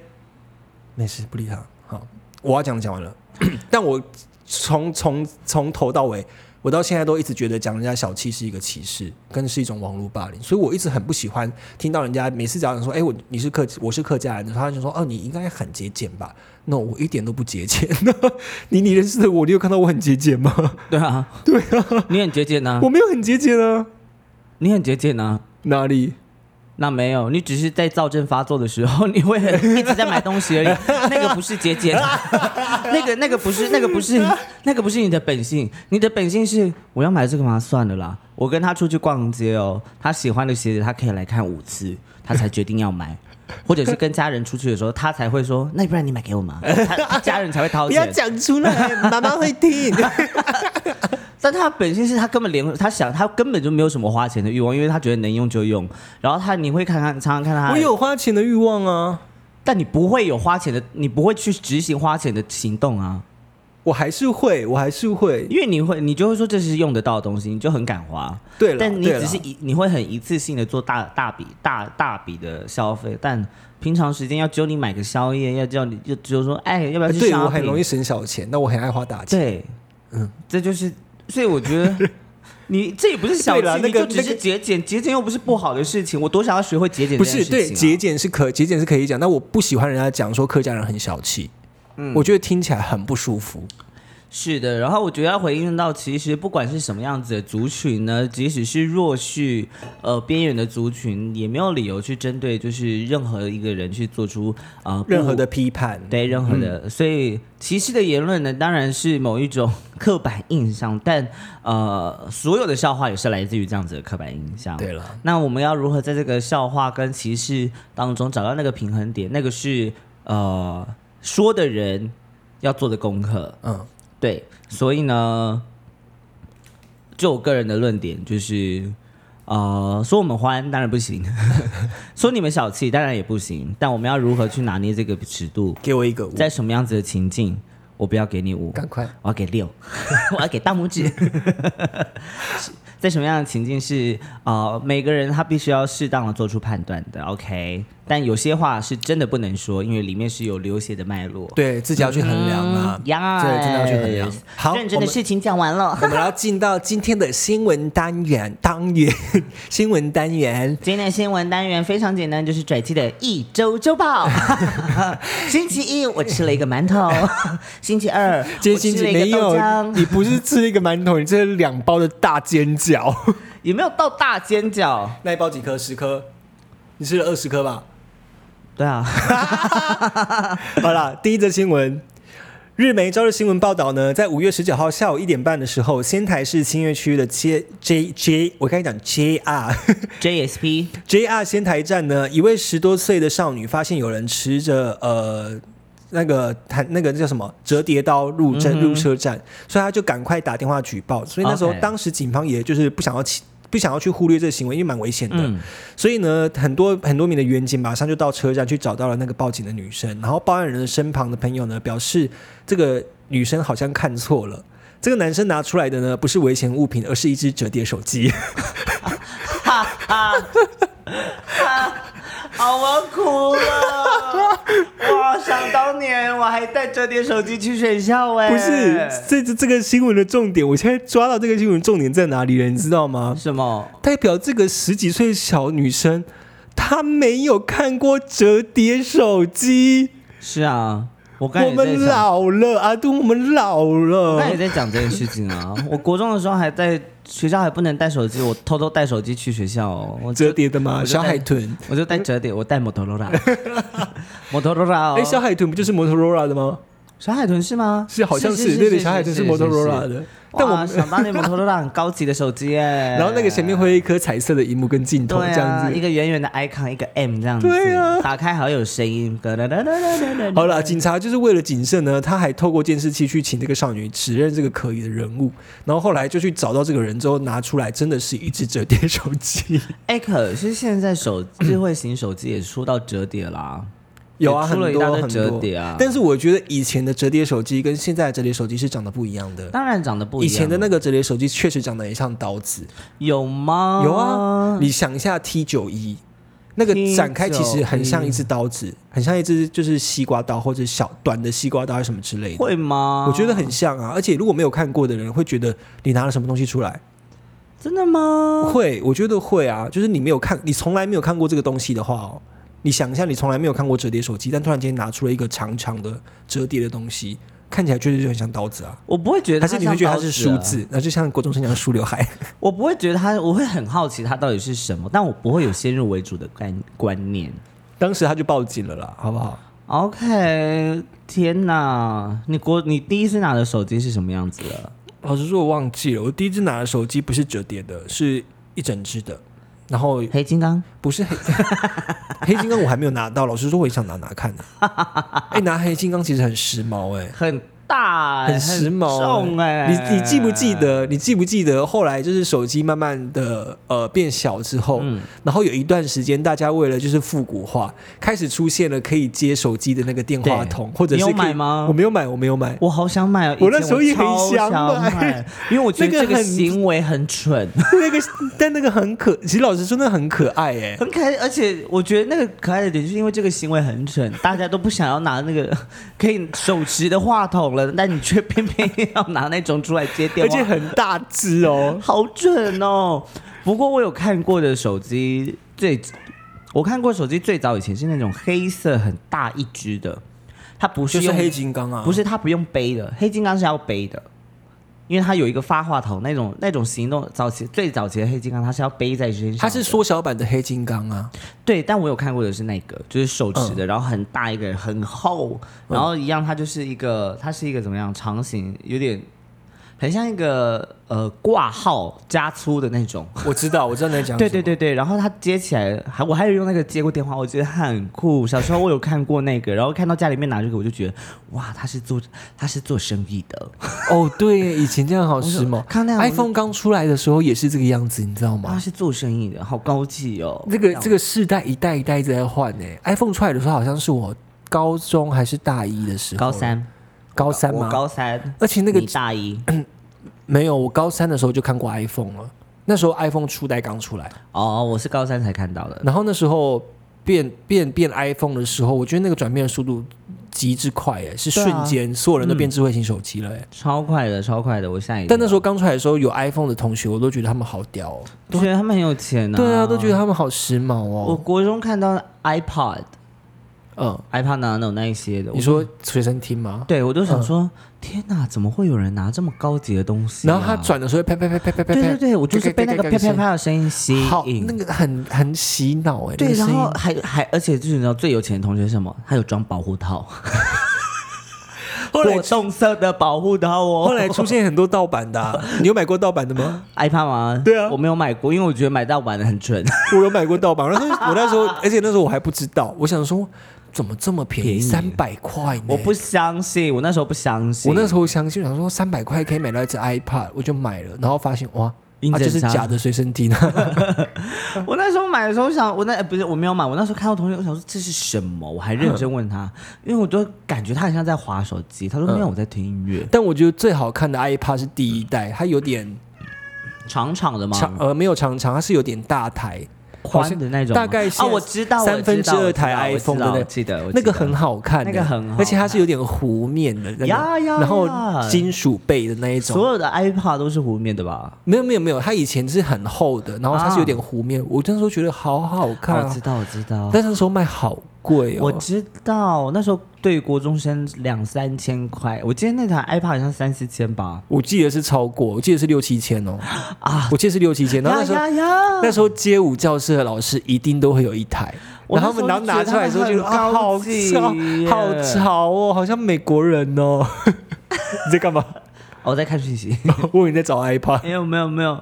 Speaker 3: 没事，不理他。好，我要讲讲完了， 但我从从从头到尾，我到现在都一直觉得讲人家小气是一个歧视，跟是一种网络霸凌，所以我一直很不喜欢听到人家每次只要讲说，哎、我你是客我是客家人，他就说哦，你应该很节俭吧？No，我一点都不节俭。啊你你认识的我，你有看到我很节俭吗？
Speaker 1: 对啊，对啊，你很节俭呢
Speaker 3: 我，没有很节俭啊，
Speaker 1: 你很节俭啊呢。
Speaker 3: 哪里？
Speaker 1: 那没有，你只是在躁症发作的时候， 你会很一直在买东西而已。那个不是节俭，那个那个不是那个不是那个不是你的本性，你的本性是我要买这个嘛，算了啦。我跟他出去逛街哦，他喜欢的鞋子他可以来看五次，他才决定要买。或者是跟家人出去的时候，他才会说，那不然你买给我嘛，他他家人才会掏
Speaker 3: 不要
Speaker 1: 钱。
Speaker 3: 讲出来，妈妈会听。
Speaker 1: 但他本性是他根本连他想他根本就没有什么花钱的欲望，因为他觉得能用就用。然后他你会看看常常看他，
Speaker 3: 我有花钱的欲望啊，
Speaker 1: 但你不会有花钱的，你不会去执行花钱的行动啊，
Speaker 3: 我还是会，我还是会。
Speaker 1: 因为你会你就会说这是用得到的东西，你就很敢花。
Speaker 3: 对了，
Speaker 1: 但你
Speaker 3: 对
Speaker 1: 只是
Speaker 3: 了
Speaker 1: 一你会很一次性的做大大笔大大笔的消费，但平常时间要只有你买个宵夜，要叫你就只有说哎要不要去
Speaker 3: 呃对
Speaker 1: shopping？
Speaker 3: 我很容易省小钱，那我很爱花大钱。
Speaker 1: 对，嗯，这就是，所以我觉 得你这也不是小气，
Speaker 3: 对啦那个
Speaker 1: 你就只
Speaker 3: 那
Speaker 1: 是
Speaker 3: 个
Speaker 1: 节俭，节俭又不是不好的事情。我多想要学会节俭、
Speaker 3: 不是对
Speaker 1: 啊
Speaker 3: 节，俭是可节俭是可以讲，但我不喜欢人家讲说客家人很小气，我觉得听起来很不舒服。
Speaker 1: 是的。然后我觉得要回应到，其实不管是什么样子的族群呢，即使是弱势、呃边缘的族群，也没有理由去针对就是任何一个人去做出呃
Speaker 3: 任何
Speaker 1: 不
Speaker 3: 的嗯批判，
Speaker 1: 对任何的，所以歧视的言论呢，当然是某一种 刻板印象，但呃，所有的笑话也是来自于这样子的刻板印象。
Speaker 3: 对了，
Speaker 1: 那我们要如何在这个笑话跟歧视当中找到那个平衡点？那个是呃，说的人要做的功课。
Speaker 3: 嗯，
Speaker 1: 对，所以呢，就我个人的论点就是，呃，说我们欢当然不行， 说你们小气当然也不行，但我们要如何去拿捏这个尺度，
Speaker 3: 给我一个五，
Speaker 1: 在什么样子的情境，我不要给你五，
Speaker 3: 赶快，
Speaker 1: 我要给六， 我要给大拇指。 在什么样的情境是呃，每个人他必须要适当的做出判断的，OK？但有些话是真的不能说，因为里面是有流血的脉络。
Speaker 3: 对自己要去衡量啊，
Speaker 1: 嗯呀，
Speaker 3: 对，真的要去衡量。好，
Speaker 1: 认真
Speaker 3: 我
Speaker 1: 的
Speaker 3: 们
Speaker 1: 事情讲完了。
Speaker 3: 我们要进到今天的新闻单元，单元 新闻单元。
Speaker 1: 今天的新闻单元非常简单，就是拽气的一周周 报。星期一我吃了一个馒头，星期二
Speaker 3: 今
Speaker 1: 我
Speaker 3: 天星
Speaker 1: 吃了
Speaker 3: 期
Speaker 1: 一个
Speaker 3: 没
Speaker 1: 豆
Speaker 3: 有，
Speaker 1: 浆，
Speaker 3: 你不是吃了一个馒头，你吃了两包的大煎饺。
Speaker 1: 也没有到大尖角。
Speaker 3: 那一包几颗？十颗？你吃了二十颗吧？
Speaker 1: 对啊，
Speaker 3: 好啦， 第一则新闻。日媒朝日新闻报道呢，在五月十九号下午一点半的时候，仙台市清月区的 J J J，我刚才讲 JR
Speaker 1: JSP
Speaker 3: JR 仙台站呢，一位十多岁的少女发现有人持着呃那个弹那个叫什么折叠刀
Speaker 1: 嗯
Speaker 3: 入站、入车站，所以她就赶快打电话举报。所以那时候
Speaker 1: OK
Speaker 3: 当时警方也就是不想要起不想要去忽略这个行为，因为蛮危险的。
Speaker 1: 嗯
Speaker 3: 所以呢，很多很多名的员警马上就到车站去找到了那个报警的女生，然后报案人的身旁的朋友呢表示，这个女生好像看错了。这个男生拿出来的呢，不是危险物品，而是一只折叠手机。
Speaker 1: 好，我要哭了！哇，想当年我还带折叠手机去学校哎、
Speaker 3: 不是这这这个新闻的重点，我现在抓到这个新闻重点在哪里了，你知道吗？
Speaker 1: 什么？
Speaker 3: 代表这个十几岁小女生，她没有看过折叠手机。
Speaker 1: 是啊，我刚才
Speaker 3: 我
Speaker 1: 也在想
Speaker 3: 们老了，阿杜，我们 老
Speaker 1: 我刚才也
Speaker 3: 了。
Speaker 1: 在讲这件事情啊。 我国中的时候还在学校还不能带手机，我偷偷带手机去学校、哦，我就
Speaker 3: 折叠的吗？
Speaker 1: 我就
Speaker 3: 小
Speaker 1: 带
Speaker 3: 海豚。
Speaker 1: 我就带折叠，我带摩托罗 拉，摩托罗拉哦。
Speaker 3: 哎，小海豚不就是 Motorola 的吗？
Speaker 1: 小海豚是吗？
Speaker 3: 是，好像
Speaker 1: 是
Speaker 3: 是，对对，小海豚是 Motorola。的。但
Speaker 1: 但
Speaker 3: 我
Speaker 1: 我
Speaker 3: 们，
Speaker 1: 想当年摩托罗拉很高级的手机哎，
Speaker 3: 然后那个前面会有一颗彩色的荧幕跟镜头
Speaker 1: 对
Speaker 3: 这
Speaker 1: 啊，
Speaker 3: 样
Speaker 1: 一
Speaker 3: 子。
Speaker 1: 个圆圆的 icon，一个 M 这样子。
Speaker 3: 对啊
Speaker 1: 打开好有声音。哒哒哒哒哒哒哒
Speaker 3: 好了，警察就是为了谨慎呢，他还透过监视器去请这个少女指认这个可疑的人物，然后后来就去找到这个人之后拿出来，真的是一只折叠手 机。
Speaker 1: 哎，可是现在手智慧型手机也出到折叠啦。
Speaker 3: 有啊，
Speaker 1: 也
Speaker 3: 很
Speaker 1: 出了一大
Speaker 3: 多
Speaker 1: 堆
Speaker 3: 很
Speaker 1: 折
Speaker 3: 多
Speaker 1: 叠啊
Speaker 3: 但是我觉得以前的折叠手机跟现在的折叠手机是长得不一样的。
Speaker 1: 当然长得不一
Speaker 3: 以
Speaker 1: 样。啊
Speaker 3: 前的那个折叠手机确实长得很像刀子，
Speaker 1: 有吗？
Speaker 3: 有
Speaker 1: 嗯
Speaker 3: 啊，，你想一下 T 九一，那个
Speaker 1: T91
Speaker 3: 展开其实很像一只刀子，很像一只就是西瓜刀或者小短的西瓜刀还是什么之类的。
Speaker 1: 会吗？
Speaker 3: 我觉得很像啊，而且如果没有看过的人会觉得你拿了什么东西出来，
Speaker 1: 真的吗？
Speaker 3: 会，我觉得会啊，就是你没有看，你从来没有看过这个东西的话哦，你想一下，你从来没有看过折叠手机，但突然间拿出了一个长长的折叠的东西，看起来确实就很像刀子啊。
Speaker 1: 我不会觉得
Speaker 3: 还
Speaker 1: 它像
Speaker 3: 是你会觉得它是
Speaker 1: 刀
Speaker 3: 梳
Speaker 1: 啊，
Speaker 3: 子，那就像国中生讲梳刘海。
Speaker 1: 我不会觉得它，我会很好奇它到底是什么，但我不会有先入为主的观观念。
Speaker 3: 当时他就报警了啦，好不好？
Speaker 1: OK，天哪！你国你第一次拿的手机是什么样子的？
Speaker 3: 老实说，我忘记了，我第一只拿的手机不是折叠的，是一整只的。然后
Speaker 1: 黑金刚？
Speaker 3: 不是黑 黑金刚， 我还没有拿到。老实说，我也想拿拿看、呢。哎、拿黑金刚其实很时髦哎、
Speaker 1: 很大、欸，
Speaker 3: 很时髦，欸
Speaker 1: 重哎、
Speaker 3: 你你记不记？得？你记不记得后来就是手机慢慢的呃变小之后，
Speaker 1: 嗯
Speaker 3: 然后有一段时间大家为了就是复古化，开始出现了可以接手机的那个电话筒，
Speaker 1: 对
Speaker 3: 或者是
Speaker 1: 你有
Speaker 3: 可以
Speaker 1: 买吗
Speaker 3: 我没有买，我没 有买。
Speaker 1: 我好想买哦！
Speaker 3: 我
Speaker 1: 以前
Speaker 3: 那时候也很
Speaker 1: 超
Speaker 3: 想
Speaker 1: 想
Speaker 3: 买
Speaker 1: 买，因为我觉得
Speaker 3: 那
Speaker 1: 这
Speaker 3: 个
Speaker 1: 个
Speaker 3: 很
Speaker 1: 行为很蠢，
Speaker 3: 那个但那个很可，其实老实说，那很可爱哎、
Speaker 1: 很可爱。而且我觉得那个可爱的点，就是因为这个行为很蠢，大家都不想要拿那个 可以手持的话筒了，但你却偏偏要拿那种出来接电
Speaker 3: 而
Speaker 1: 话，。
Speaker 3: 且很大只哦
Speaker 1: 好准哦！不过我有看过的手机最，我看过手机最早以前是那种黑色很大一只的，它不是
Speaker 2: 就是
Speaker 1: 用
Speaker 2: 黑金刚啊，
Speaker 1: 不是它不用背的，黑金刚是要背的，因为它有一个发话筒那种那种行动早期最早期的黑金刚它是要背在身上的，
Speaker 3: 它是缩小版的黑金刚啊，
Speaker 1: 对，但我有看过的是那个就是手
Speaker 3: 嗯
Speaker 1: 持的，然后很大一个很厚，然后一样它就是一个它是一个怎么样长形，有点很像一个呃挂号加粗的那种。
Speaker 3: 我知道，我知道你在讲
Speaker 1: 对对对对，然后它接起来，还我还有用那个接过电话，我觉得很酷。小时候我有看过那个，然后看到家里面拿这个，我就觉得哇，他是做他是做生意的。
Speaker 3: 哦，对耶，以前这样好时髦。
Speaker 1: 看那样
Speaker 3: iPhone 刚出来的时候也是这个样子，你知道
Speaker 1: 他
Speaker 3: 吗？
Speaker 1: 是做生意的，好高级哦。
Speaker 3: 这个这个世代一代一代一直在换诶、iPhone 出来的时候好像是我高中还是大一的时候，
Speaker 1: 高三，
Speaker 3: 高三
Speaker 1: 我
Speaker 3: 吗？
Speaker 1: 高三，
Speaker 3: 而且那个
Speaker 1: 你大 一
Speaker 3: 没有，我高三的时候就看过 iPhone 了。那时候 iPhone 初代刚出来，
Speaker 1: 哦，我是高三才看到的。
Speaker 3: 然后那时候变变变 iPhone 的时候，我觉得那个转变的速度极致快诶、是
Speaker 1: 对啊
Speaker 3: 瞬间、所有人都变智慧型手机了诶、
Speaker 1: 超快的，超快的，我吓一跳。
Speaker 3: 但那时候刚出来的时候，有 iPhone 的同学，我都觉得他们好屌哦。
Speaker 1: 候觉得他们很有钱呢、
Speaker 3: 对啊，都觉得他们好时髦
Speaker 1: 嗯我
Speaker 3: 哦。
Speaker 1: 国中看到 iPod、
Speaker 3: 嗯，
Speaker 1: iPod Nano 那一些的，
Speaker 3: 你
Speaker 1: 我
Speaker 3: 说随身听吗？
Speaker 1: 对我都想说，天哪，怎么会有人拿这么高级的东西、啊
Speaker 3: 然后他，转的时候，啪啪啪啪啪啪啪。
Speaker 1: 对对对，我就是被那个啪啪啪的声音吸
Speaker 3: 好，
Speaker 1: 引
Speaker 3: 那。个很很洗脑哎。
Speaker 1: 对，
Speaker 3: 那个
Speaker 1: 然
Speaker 3: 声音
Speaker 1: 后还还，而且就是你知道最有钱的同学是什么？他有装保护套，
Speaker 3: 后 来
Speaker 1: 果冻色的保护套哦。
Speaker 3: 后来出现很多盗版的 啊，你有买过盗版的吗？
Speaker 1: iPad 吗？
Speaker 3: 对啊
Speaker 1: 我没有买过，因为我觉得买盗版的很 蠢。
Speaker 3: 我有买过盗版，然后我那时候，而且那时候我还不知道，我想说怎么这么便宜，
Speaker 1: 便宜
Speaker 3: 三百块呢？
Speaker 1: 我不相信，我那时候不相信。
Speaker 3: 我那时候相信，我想说三百块可以买到一只 iPad，我就买了，然后发现哇，
Speaker 1: 音
Speaker 3: 它
Speaker 1: 质
Speaker 3: 啊就是
Speaker 1: 很差
Speaker 3: 假的随身听。
Speaker 1: 我那时候买的时候想，我那、呃不是我没有买，我那时候看到同学，我想说这是什么？我还认真问他，
Speaker 3: 嗯
Speaker 1: 因为我都感觉他很像在划手机。他说没有，我在听音乐。
Speaker 3: 但我觉得最好看的 iPad 是第一代，它有点
Speaker 1: 长长的吗？
Speaker 3: 长，呃，没有长长，它是有点大台，好
Speaker 1: 宽
Speaker 3: 像
Speaker 1: 的那种吗，
Speaker 3: 大概
Speaker 1: 啊，我知道
Speaker 3: 三分之
Speaker 1: 我知道我知道
Speaker 3: 二台
Speaker 1: 我知道
Speaker 3: iPhone 的那
Speaker 1: 我记得我记得
Speaker 3: 那个很好看的，
Speaker 1: 那个很好看
Speaker 3: 而且它是有点弧面的，那个
Speaker 1: 呀呀
Speaker 3: 然后
Speaker 1: 呀
Speaker 3: 金属背的那一种。
Speaker 1: 所有的 iPad 都是弧面的吧？
Speaker 3: 没有没有没有，它以前是很厚的，然后它是有点弧面。我那时候觉得好好看、
Speaker 1: 我知
Speaker 3: 啊，
Speaker 1: 道，我知道。
Speaker 3: 但那时候卖好贵
Speaker 1: 我
Speaker 3: 哦。
Speaker 1: 知道，那时候对于国中生两三千块，我记得那台 iPad 好像三四千吧。
Speaker 3: 我记得是超过，我记得是六七千哦，
Speaker 1: 啊，
Speaker 3: 我记得是六七千。然后那时候
Speaker 1: 呀呀哦
Speaker 3: 那时候街舞教室的老师一定都会有一台，
Speaker 1: 我
Speaker 3: 然
Speaker 1: 那
Speaker 3: 后
Speaker 1: 时候
Speaker 3: 们然后拿出来的时候就
Speaker 1: 就觉得他
Speaker 3: 啊，
Speaker 1: 们很
Speaker 3: 好
Speaker 1: 高级
Speaker 3: 潮，
Speaker 1: 耶
Speaker 3: 好潮哦，好像美国人哦。 你在干嘛？
Speaker 1: 哦我在看讯息。
Speaker 3: 我以为你在找 iPad。
Speaker 1: 没有没有没有，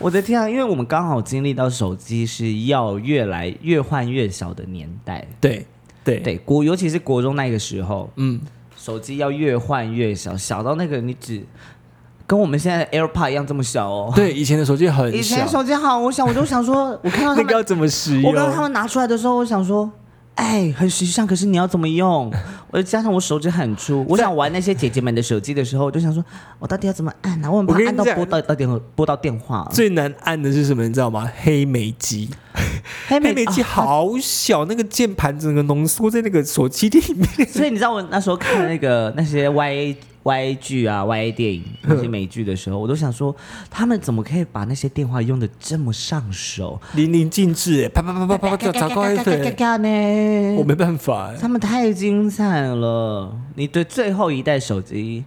Speaker 1: 我的天啊！因为我们刚好经历到手机是要越来越换越小的年代，
Speaker 3: 对对，
Speaker 1: 对国尤其是国中那个时候，
Speaker 3: 嗯，
Speaker 1: 手机要越换越小，小到那个你只跟我们现在的 AirPod 一样这么小哦。
Speaker 3: 对，以前的手机很
Speaker 1: 以前
Speaker 3: 小，
Speaker 1: 手机好小，我都想说， 我看到他
Speaker 3: 那个
Speaker 1: 们，
Speaker 3: 要怎么使
Speaker 1: 我看到他
Speaker 3: 用？
Speaker 1: 们拿出来的时候，我想说。哎，很时尚，可是你要怎么用？ 我加上我手指很粗，我想玩那些姐姐们的手机的时候，我就想说，我到底要怎么按啊呢、我很
Speaker 3: 我
Speaker 1: 怕
Speaker 3: 跟你
Speaker 1: 按到
Speaker 3: 讲
Speaker 1: 拨到到电拨到电话。啊
Speaker 3: 最难按的是什么？你知道吗？黑莓机，
Speaker 1: 黑
Speaker 3: 黑莓机
Speaker 1: 啊
Speaker 3: 好小，那个键盘整个浓缩在那个手机里面。
Speaker 1: 所以你知道我那时候看那个那些 Y Y 剧啊、Y 电影那些美剧的时候，我都想说，他们怎么可以把那些电话用的这么上手？
Speaker 3: 淋漓尽致，哎啪啪啪啪啪，
Speaker 1: 嘎
Speaker 3: 找找高一
Speaker 1: 嘎
Speaker 3: 点，
Speaker 1: 嘎
Speaker 3: 我
Speaker 1: 呢？
Speaker 3: 没办法。哎
Speaker 1: 他们太精彩了！你对最后一代手机，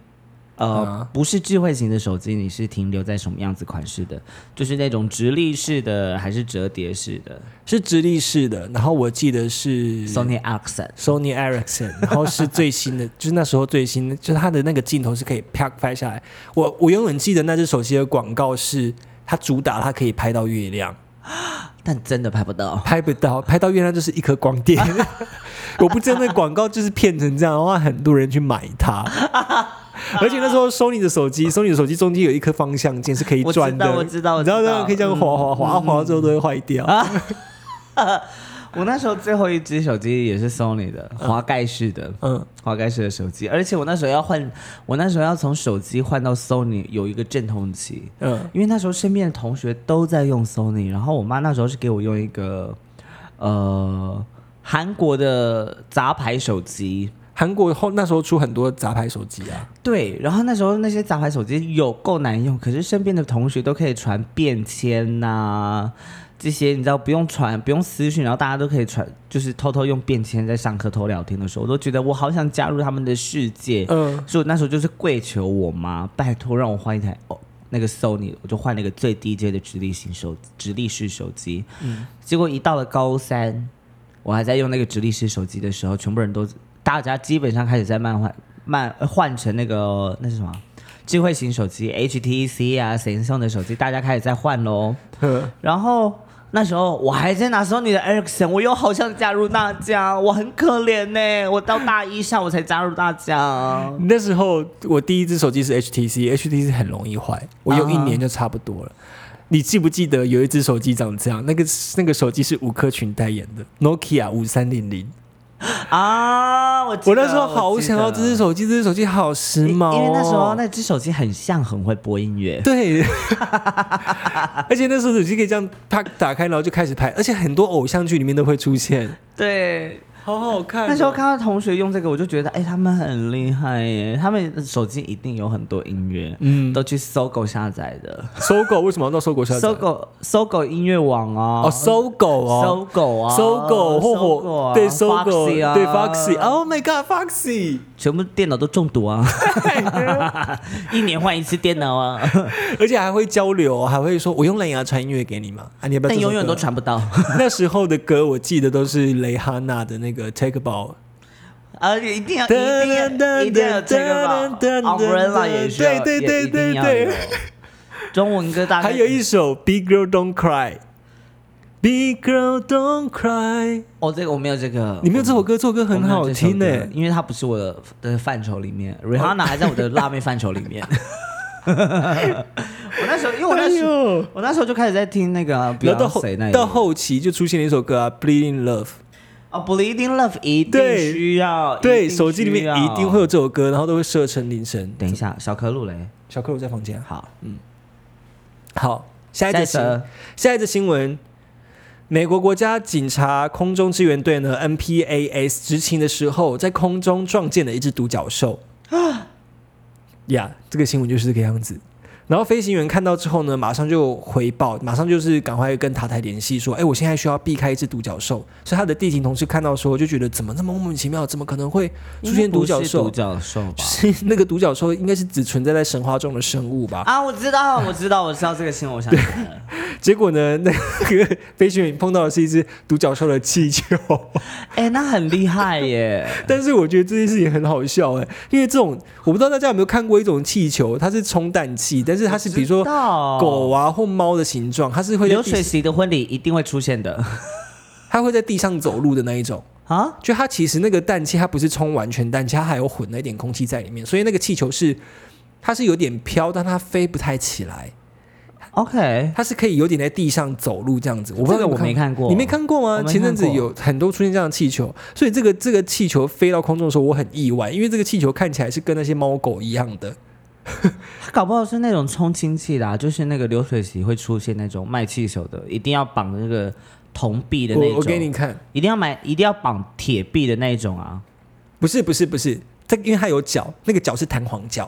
Speaker 3: 啊
Speaker 1: 呃，不是智慧型的手机，你是停留在什么样子款式的？就是那种直立式的，还是折叠式的
Speaker 3: 是直立式的，然后我记得是
Speaker 1: ？Sony Ericsson。
Speaker 3: Sony Ericsson，然后是最新的，就是那时候最新的，就是它的那个镜头是可以啪拍下来。我我永远记得那只手机的广告是它主打它可以拍到月亮，
Speaker 1: 但真的拍不到，
Speaker 3: 拍不到，拍到月亮就是一颗光 碟。我不知道那广告就是骗成这样，然后很多人去买它。而且那时候 Sony 的 手机，Sony 的手机中间有一颗方向键是可以
Speaker 1: 我知
Speaker 3: 转的，
Speaker 1: 道我知道我嗯
Speaker 3: 你知道
Speaker 1: 知
Speaker 3: 这样
Speaker 1: 道
Speaker 3: 可以这样滑滑滑，滑到最后都会坏掉。
Speaker 1: 我那时候最后一只手机也是 Sony 的滑盖式的，
Speaker 3: 嗯
Speaker 1: 嗯，滑盖式的手机，而且我那时候要换，我那时候要从手机换到 Sony 有一个阵痛期，
Speaker 3: 嗯
Speaker 1: 嗯，因为那时候身边的同学都在用 Sony，然后我妈那时候是给我用一个呃韩国的杂牌手机。
Speaker 3: 韩国后那时候出很多杂牌手机啊，
Speaker 1: 对，然后那时候那些杂牌手机有够难用，可是身边的同学都可以传便签呐、这些你知道不用传不用私讯，然后大家都可以传，就是偷偷用便签在上课偷聊天的时候，我都觉得我好想加入他们的世界，
Speaker 3: 嗯，
Speaker 1: 所以我那时候就是跪求我妈，拜托让我换一台哦。那个 Sony，我就换了一个最低阶的直立型手直立式手机，结果一到了高三，我还在用那个直立式手机的时候，全部人都大家基本上开始在慢换慢呃换成那个那是什么智慧型手机 HTC 啊、神送的手机，大家开始在换喽。
Speaker 3: 嗯
Speaker 1: 然后那时候我还在拿 Sony 的 Ericsson，我又好想加入大家，我很可怜呢、我到大一上我才加入大家。
Speaker 3: 那时候我第一只手机是 HTC，HTC 很容易坏，我用一
Speaker 1: 啊
Speaker 3: 年就差不多了。你记不记得有一只手机长这样？那个那个手机是吴克群代言的 Nokia 五三零零。
Speaker 1: 啊！我
Speaker 3: 我那时候好想要这只
Speaker 1: 手
Speaker 3: 手机，这只手机好时髦、哦
Speaker 1: 因为那时候那只手机很像很会播音乐，
Speaker 3: 对，而且那时候手机可以这样啪打开，然后就开始拍，而且很多偶像剧里面都会出现，
Speaker 1: 对。
Speaker 3: 好好看哦、
Speaker 1: 那时候看到同学用这个，我就觉得，哎、他们很厉害耶！他们手机一定有很多音乐，嗯，都去搜狗下载的，
Speaker 3: 搜狗为什么要到搜狗下载？
Speaker 1: 搜狗搜狗音乐网哦，
Speaker 3: 哦，搜狗哦，
Speaker 1: 搜狗啊，
Speaker 3: 搜狗或
Speaker 1: 搜狗
Speaker 3: 火
Speaker 1: 啊
Speaker 3: 对搜狗
Speaker 1: Foxy 啊，
Speaker 3: 对 Foxy，Oh my God，Foxy，
Speaker 1: 全部电脑都中毒啊， 一年换一次电脑 啊，
Speaker 3: 而且还会交流，还会说我用蓝牙传音乐给你嘛，啊，你要不要？
Speaker 1: 但永远都。传不到。
Speaker 3: 那时候的歌我记得都是蕾哈娜的那个 Take a Ball，
Speaker 1: 而且啊一定要一定要一定要有这个吧，umbrella 啊也是要，
Speaker 3: 对对对
Speaker 1: 也一定要
Speaker 3: 对
Speaker 1: 有
Speaker 3: 对。
Speaker 1: 中文歌大概
Speaker 3: 还有一首 Big Girl Don't Cry，Big Girl Don't Cry，
Speaker 1: 哦，这个我没有这个，
Speaker 3: 你没有这首歌，这首歌
Speaker 1: 我
Speaker 3: 很
Speaker 1: 没有
Speaker 3: 好
Speaker 1: 这首
Speaker 3: 听呢、欸
Speaker 1: 歌因为它不是我的的范畴里面，Rihanna 还在我的辣妹范畴里 面。我那时候，因为我那时候，
Speaker 3: 哎呦，
Speaker 1: 我那时候就开始在听那个
Speaker 3: 然后
Speaker 1: Beyonce 那
Speaker 3: 到后
Speaker 1: 一
Speaker 3: 到
Speaker 1: 类
Speaker 3: 后期就出现了一首歌啊，Bleeding Love。
Speaker 1: 哦，Bleeding Love 一定
Speaker 3: 对
Speaker 1: 需要，一
Speaker 3: 对，
Speaker 1: 定
Speaker 3: 手机里面
Speaker 1: 需要
Speaker 3: 一定会有。这首歌，然后都会设成铃声。
Speaker 1: 等一下，小可鲁雷，
Speaker 3: 小克我在房间啊。
Speaker 1: 好，
Speaker 3: 好，下一则
Speaker 1: 下一则
Speaker 3: 新下一则新闻，美国国家警察空中支援队呢 （NPAS） 执勤的时候，在空中撞见了一只独角兽。
Speaker 1: 啊
Speaker 3: 呀这个新闻就是这个样子。然后飞行员看到之后呢，马上就回报，马上就是赶快跟塔台联系，说：“哎，我现在需要避开一只独角兽。”所以他的地勤同事看到说，就觉得怎么那么莫名其妙，怎么可能会出现独角
Speaker 1: 独
Speaker 3: 兽？
Speaker 1: 角兽吧？
Speaker 3: 是 那个独角兽应该是只存在在神话中的生物吧？
Speaker 1: 啊，我知道，我知道，我知道这个新闻，我想 起来了。
Speaker 3: 结果呢，那个 飞行员碰到的是一只独角兽的气球，
Speaker 1: 哎，那很厉害耶！
Speaker 3: 但是我觉得这件事情很好笑哎，因为这种我不知道大家有没有看过一种气球，它是充氮气，但是它是 比如说
Speaker 1: 狗
Speaker 3: 狗啊或猫的形状，它是会在
Speaker 1: 流水
Speaker 3: 地，
Speaker 1: 席的婚礼一定会出现 的
Speaker 3: 它会在地上走路的那一种。
Speaker 1: 啊！
Speaker 3: 就它其实那个氮气，它不是充完全氮气，它还有混了一点空气在里面，所以那个气球是它是有点飘，但它飞不太起来，
Speaker 1: OK，
Speaker 3: 它是可以有点在地上走路这样子。我不知道
Speaker 1: 这个
Speaker 3: 你有
Speaker 1: 我没
Speaker 3: 看
Speaker 1: 看过，
Speaker 3: 你没看过
Speaker 1: 我
Speaker 3: 吗？
Speaker 1: 没看
Speaker 3: 前阵子
Speaker 1: 过
Speaker 3: 有很多出现这样的气球，所以这个这个气球飞到空中的时候，我很意外，因为这个气球看起来是跟那些猫狗一样的。
Speaker 1: 他搞不好是那种充氢气的、啊，就是那个流水席会出现那种卖气球的，一定要绑那个铜币的那种，
Speaker 3: 我我给你看，
Speaker 1: 一定要买，一定要绑铁币的那一种啊。
Speaker 3: 不是不是不是，它因为它有脚，那个脚是弹簧脚，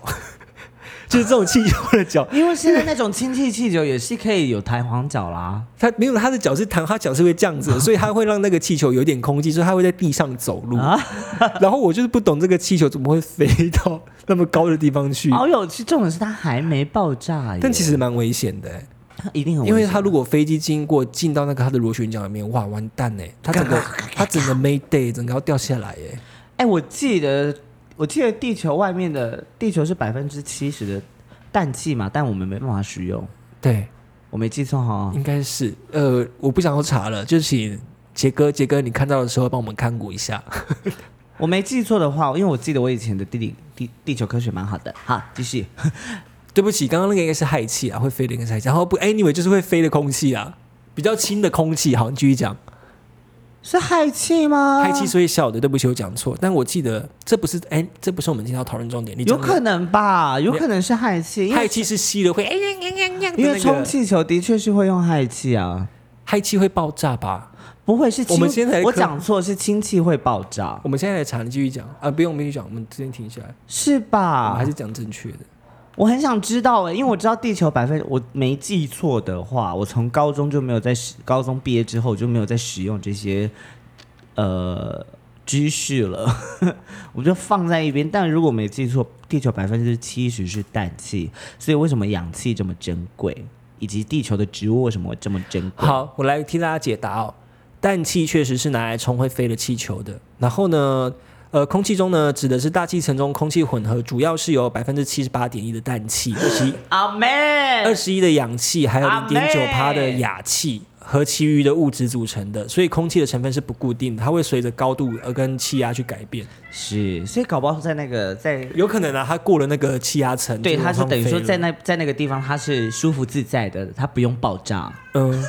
Speaker 3: 就是这种气球的脚，
Speaker 1: 因为现在那种氢气气球也是可以有弹簧脚 啦。
Speaker 3: 它没有它的脚是弹，它脚是会这样子 的，所以它会让那个气球有点空气，所以它会在地上走路。
Speaker 1: 啊
Speaker 3: 然后我就是不懂这个气球怎么会飞到那么高的地方去，
Speaker 1: 好有趣，重点是它还没爆炸耶，
Speaker 3: 嗯但其实蛮危险的、欸。
Speaker 1: 它一定很危
Speaker 3: 因
Speaker 1: 险，
Speaker 3: 为他如果飞机经过进到那个他的螺旋桨里面，哇，完蛋哎！他整个 他整个 May Day 整个要掉下来哎！
Speaker 1: 哎，我记得我记得地球外面的地球是百分之七十的氮气嘛，但我们没办法使用，
Speaker 3: 对，
Speaker 1: 我没记错哈。
Speaker 3: 应该是呃，我不想要查了，就请杰哥杰哥你看到的时候帮我们看顾一下。
Speaker 1: 我没记错的话，因为我记得我以前的地理地地地球科学蛮好的。好，继续。
Speaker 3: 对不起，刚刚那个应该是氦气啊，会飞的应该是氦气。然后不，anyway 就是会飞的空气啊，比较轻的空气。好，你继续讲。
Speaker 1: 是氦气吗？
Speaker 3: 氦气是会笑的，对不起，我讲错。但我记得这不是，哎，这不是我们今天要讨论重点。你
Speaker 1: 有
Speaker 3: 讲的
Speaker 1: 可能吧，有可能是氦气，因
Speaker 3: 氦
Speaker 1: 为
Speaker 3: 气是吸了会，哎呀呀呀呀的那个，
Speaker 1: 因为充气球的确是会用氦气啊，
Speaker 3: 氦气会爆炸吧？
Speaker 1: 不会是氢
Speaker 3: 我们现在的
Speaker 1: 我
Speaker 3: 科
Speaker 1: 讲错是氢气会爆炸
Speaker 3: 我们现在来查，你继续讲啊，不用，我们继续讲，我们之前停下来，
Speaker 1: 是
Speaker 3: 我们
Speaker 1: 吧
Speaker 3: 还？是讲正确的。
Speaker 1: 我很想知道哎、因为我知道地球百分我没记错的话，我从高中就没有在使高中毕业之后就没有在使用这些呃知识了， 我就放在一边。但如果没记错，地球百分之七十是氮气，所以为什么氧气这么珍贵，以及地球的植物为什么会这么珍贵？
Speaker 3: 好，我来替大家解答哦。氮气确实是拿来冲会飞的气球的。然后呢，呃，空气中呢指的是大气层中空气混合，主要是由百分之七十八点一的氮气、二 十一
Speaker 1: 阿妹，呃
Speaker 3: 二十一的氧气，还有
Speaker 1: 阿妹
Speaker 3: 零点九帕的氩气和其余的物质组成的。所以空气的成分是不固定的，它会随着高度而跟气压去改变。
Speaker 1: 是，所以搞不好在那个在。
Speaker 3: 有可能啊，它过了那个气压层，
Speaker 1: 对，
Speaker 3: 就
Speaker 1: 它
Speaker 3: 往
Speaker 1: 是
Speaker 3: 上
Speaker 1: 等于说
Speaker 3: 飞了
Speaker 1: 在那在那个地方，它是舒服自在的，它不用爆炸。
Speaker 3: 嗯。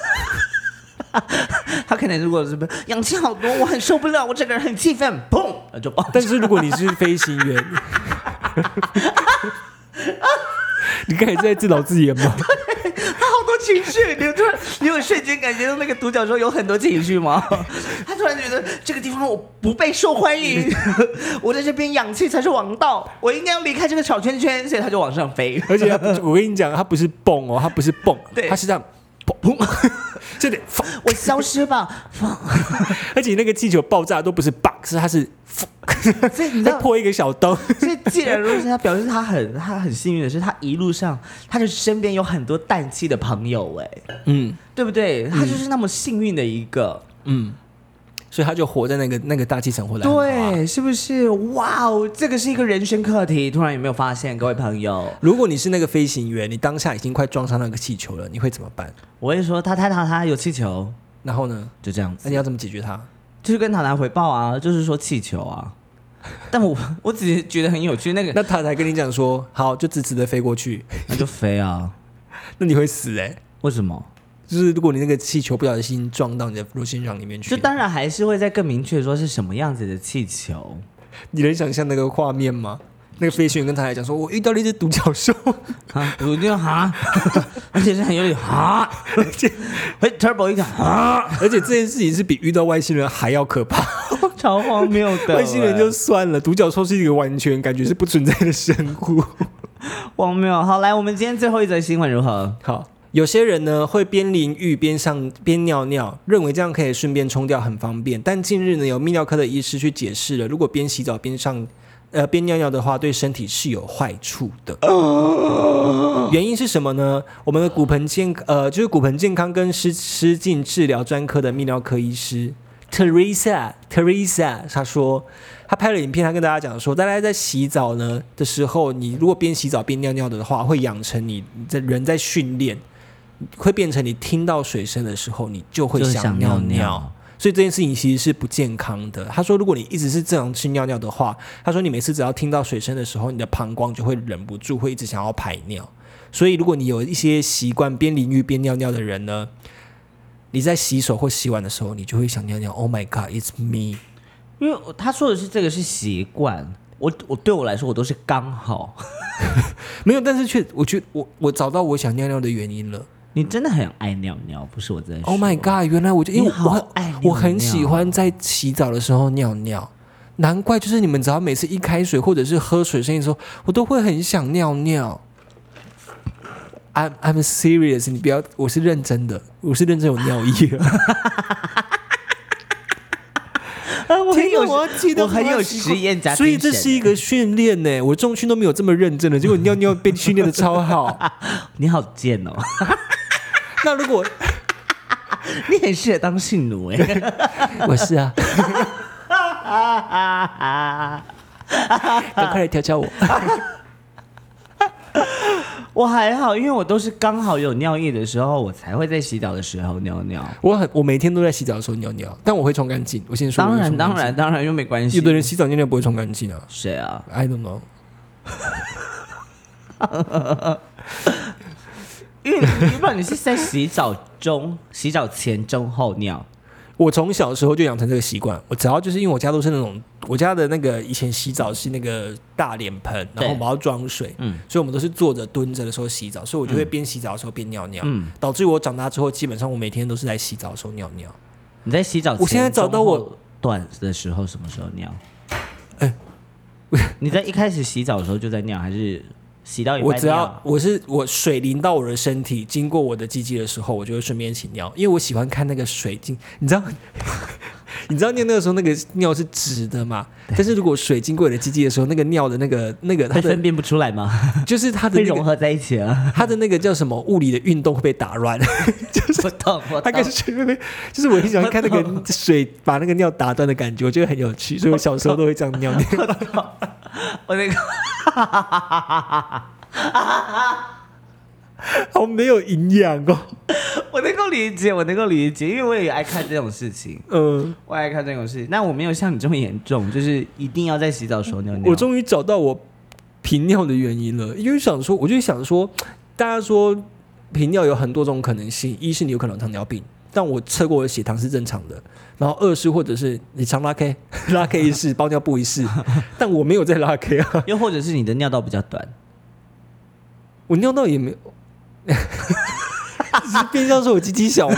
Speaker 1: 他可能如果是不是氧气好多，我很受不了，我整个人很气愤，砰呃就 爆。
Speaker 3: 但是如果你是飞行员，你刚才是在自导自演吗？
Speaker 1: 他好多情绪，你突然你有瞬间感觉到那个独角兽有很多情绪 吗？他突然觉得这个地方我不被受欢 迎，我在这边氧气才是王道，我应该要离开这个小圈圈，所以他就往上飞。
Speaker 3: 而且它不是我跟你讲，它不是蹦哦，它不是蹦
Speaker 1: 对，
Speaker 3: 它是这样砰砰，这得放。
Speaker 1: 我消失吧，
Speaker 3: 而且那个气球爆炸都不是 bug，是它是放
Speaker 1: 所以你知
Speaker 3: 再
Speaker 1: 道，
Speaker 3: 破一个小洞。
Speaker 1: 所以既然如此，他表示他很他很幸运的是，他一路上他的身边有很多氮气的朋友，哎，
Speaker 3: 嗯
Speaker 1: 对不对？他就是那么幸运的一个。
Speaker 3: 嗯，所以它就活在那个那个大气层，活得很好啊。
Speaker 1: 对，是不是？哇哦，这个是一个人生课题。突然有没有发现，各位朋友？
Speaker 3: 如果你是那个飞行员，你当下已经快撞上那个气球了，你会怎么办？
Speaker 1: 我会说，他他他他有气球，
Speaker 3: 然后呢？
Speaker 1: 就这样
Speaker 3: 那
Speaker 1: 子，
Speaker 3: 你要怎么解决它？
Speaker 1: 哎就是跟糖糖回报啊，就是说气球 啊。但我我只是觉得很有趣，那个
Speaker 3: 那他才跟你讲说，好，就直直的飞过去，
Speaker 1: 那就飞啊？
Speaker 3: 那你会死哎、
Speaker 1: 为什么？
Speaker 3: 就是如果你那个气球不小心撞到你的螺旋桨里面去，
Speaker 1: 就当然还是会再更明确说是什么样子的气球。
Speaker 3: 你能想象那个画面吗？那个飞行员跟他来讲说，我遇到了一只独角兽，
Speaker 1: 啊，我就 哈，而且是很有点哈，
Speaker 3: 而且
Speaker 1: 会 turbo 一个哈，
Speaker 3: 而且这件事情是比遇到外星人还要可 怕。
Speaker 1: 超荒谬 的欸。
Speaker 3: 外星人就算
Speaker 1: 啊
Speaker 3: 了，独角兽是一个完全感觉是不存在的生 物。
Speaker 1: 荒谬。好，来，我们今天最后一则新闻如何？
Speaker 3: 好，有些人呢会边淋浴边上边尿尿，认为这样可以顺便冲掉，很方便。但近日呢，有泌尿科的医师去解释了，如果边洗澡边上。呃，边尿尿的话，对身体是有坏处的。原因是什么呢？我们的骨盆健呃，就是骨盆健康跟失失禁治疗专科的泌尿科医师 Teresa Teresa，她说她拍了影片，她跟大家讲说，大家在洗澡呢的时候，你如果边洗澡边尿尿的话，会养成你你在人在训练，会变成你听到水声的时候，你就会
Speaker 1: 就是
Speaker 3: 想
Speaker 1: 想
Speaker 3: 尿
Speaker 1: 尿
Speaker 3: 尿
Speaker 1: 尿。
Speaker 3: 所以这件事情其实是不健康的。她说，如果你一直是这样去尿尿的话，她说你每次只要听到水声的时候，你的膀胱就会忍不住会一直想要排尿。所以，如果你有一些习惯边淋浴边尿尿的人呢，你在洗手或洗碗的时候，你就会想尿尿。Oh my god, it's me！
Speaker 1: 因为他说的是这个是习惯，我我对我来说我都是刚好。
Speaker 3: 没有，但是却我觉得我我找到我想尿尿的原因了。
Speaker 1: 你真的很爱尿尿，不是我在说。
Speaker 3: Oh my god！原来我就因为
Speaker 1: 你好
Speaker 3: 我很
Speaker 1: 爱尿
Speaker 3: 我很
Speaker 1: 尿
Speaker 3: 喜欢在洗澡的时候尿尿，难怪就是你们只要每次一开水或者是喝水声音的时候，我都会很想尿尿。I'm I'm serious，你不要，我是认真的，我是认真有尿意 了。
Speaker 1: 啊，我很
Speaker 3: 天哪
Speaker 1: 有
Speaker 3: 我要记得
Speaker 1: 我很
Speaker 3: 要
Speaker 1: 有
Speaker 3: 习
Speaker 1: 实
Speaker 3: 惯
Speaker 1: 验家精神，
Speaker 3: 所以这是一个训练呢。我重训都没有这么认真的，结果尿尿被训练的超 好。
Speaker 1: 你好贱哦，
Speaker 3: 那如果
Speaker 1: 你很适合当性奴哎。
Speaker 3: 我是啊，赶快来调教我。
Speaker 1: 我还好，因为我都是刚好有尿意的时候，我才会在洗澡的时候尿尿。
Speaker 3: 我很我每天都在洗澡的时候尿尿，但我会冲干净。我先说，
Speaker 1: 当
Speaker 3: 我会
Speaker 1: 然，
Speaker 3: 冲干
Speaker 1: 当
Speaker 3: 净。
Speaker 1: 然，当然又没关系。
Speaker 3: 有的人洗澡尿尿不会冲干净啊
Speaker 1: 谁啊？
Speaker 3: ，I don't know。
Speaker 1: 因为你不然你是在洗澡中、洗澡前、中、后尿，
Speaker 3: 我从小时候就养成这个习惯，我只要就是因为我家都是那种，我家的那个以前洗澡是那个大脸盆，然
Speaker 1: 对
Speaker 3: 后我们要装水，
Speaker 1: 嗯
Speaker 3: 所以我们都是坐着蹲着的时候洗澡，所以我就会边洗澡的时候边尿尿，
Speaker 1: 嗯
Speaker 3: 导致于我长大之后，基本上我每天都是在洗澡的时候尿尿。
Speaker 1: 你在洗澡前，
Speaker 3: 我现在找到我哎
Speaker 1: 中后段的时候什么时候尿？ 你在一开始洗澡的时候就在尿，还是洗到一半
Speaker 3: 我只要
Speaker 1: 尿
Speaker 3: 我是我水淋到我的身体，经过我的鸡鸡的时候，我就会顺便一起尿，因为我喜欢看那个水经，你知道。 你知道尿那个时候那个尿是直的嘛？但是如果水经过你的鸡鸡的时候，那个尿的那个那个它
Speaker 1: 会
Speaker 3: 的
Speaker 1: 分辨不出来吗？
Speaker 3: 就是它的
Speaker 1: 会
Speaker 3: 那个
Speaker 1: 融合在一起 了？
Speaker 3: 他的那个叫什么物理的运动会被打 乱，
Speaker 1: 我懂，我
Speaker 3: 他
Speaker 1: 懂
Speaker 3: 跟。水会被，就是 我很喜欢看那个水把那个尿打断的感觉，我觉得很有趣，所以我小时候都会这样 尿尿。
Speaker 1: 我那个
Speaker 3: 好没有营养哦，
Speaker 1: 我能够理解，我能够理解，因为我也爱看这种事情，
Speaker 3: 嗯，
Speaker 1: 我也爱看这种事情。但我没有像你这么严重，就是一定要在洗澡的时候尿尿。
Speaker 3: 我终于找到我频尿的原因了，因为想说，我就想说，大家说频尿有很多种可能性，一是你有可能有糖尿病。但我测过我的血糖是正常的，然后二是或者是你常拉 K 拉 K 一试，包尿布一试，但我没有在拉 K 啊，
Speaker 1: 又或者是你的尿道比较短，
Speaker 3: 我尿道也没有， 只是变相说我鸡鸡小吗？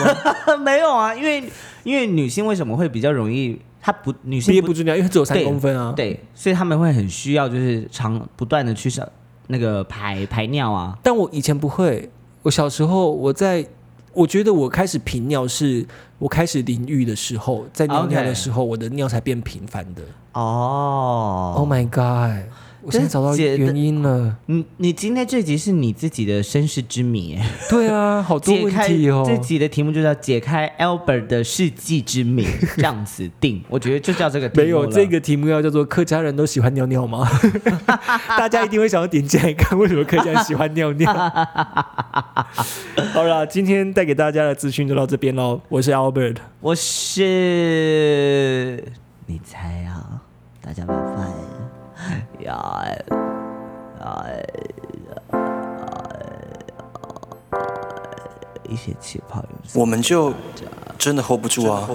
Speaker 1: 没有啊，因为因为女性为什么会比较容易，她不女性
Speaker 3: 憋不住尿，因为只有三
Speaker 1: 对
Speaker 3: 公分啊。
Speaker 1: 对，所以他们会很需要就是常不断的去上那个排排尿啊，
Speaker 3: 但我以前不会，我小时候我在，我觉得我开始频尿是我开始淋浴的时候，在尿尿
Speaker 1: 啊 OK
Speaker 3: 的时候我的尿才变频繁的。
Speaker 1: 哦
Speaker 3: Oh my god！我现在找到
Speaker 1: 真的假的
Speaker 3: 原因了。
Speaker 1: 你你今天这集是你自己的身世之 谜，
Speaker 3: 对啊，好多
Speaker 1: 解
Speaker 3: 问
Speaker 1: 开
Speaker 3: 题哦。
Speaker 1: 这集的题目就叫解开 Albert 的世纪之谜，这样子定，我觉得就叫这个题目
Speaker 3: 没有
Speaker 1: 了
Speaker 3: 这。个题目要叫做客家人都喜欢尿尿吗？ 大家一定会想要点进来看为什么客家人喜欢尿 尿。好啦，今天带给大家的资讯就到这边喽。我是 Albert，
Speaker 1: 我是你猜啊，大家麻烦呀哎一些气泡有
Speaker 2: 我们就真的 hold 不住啊！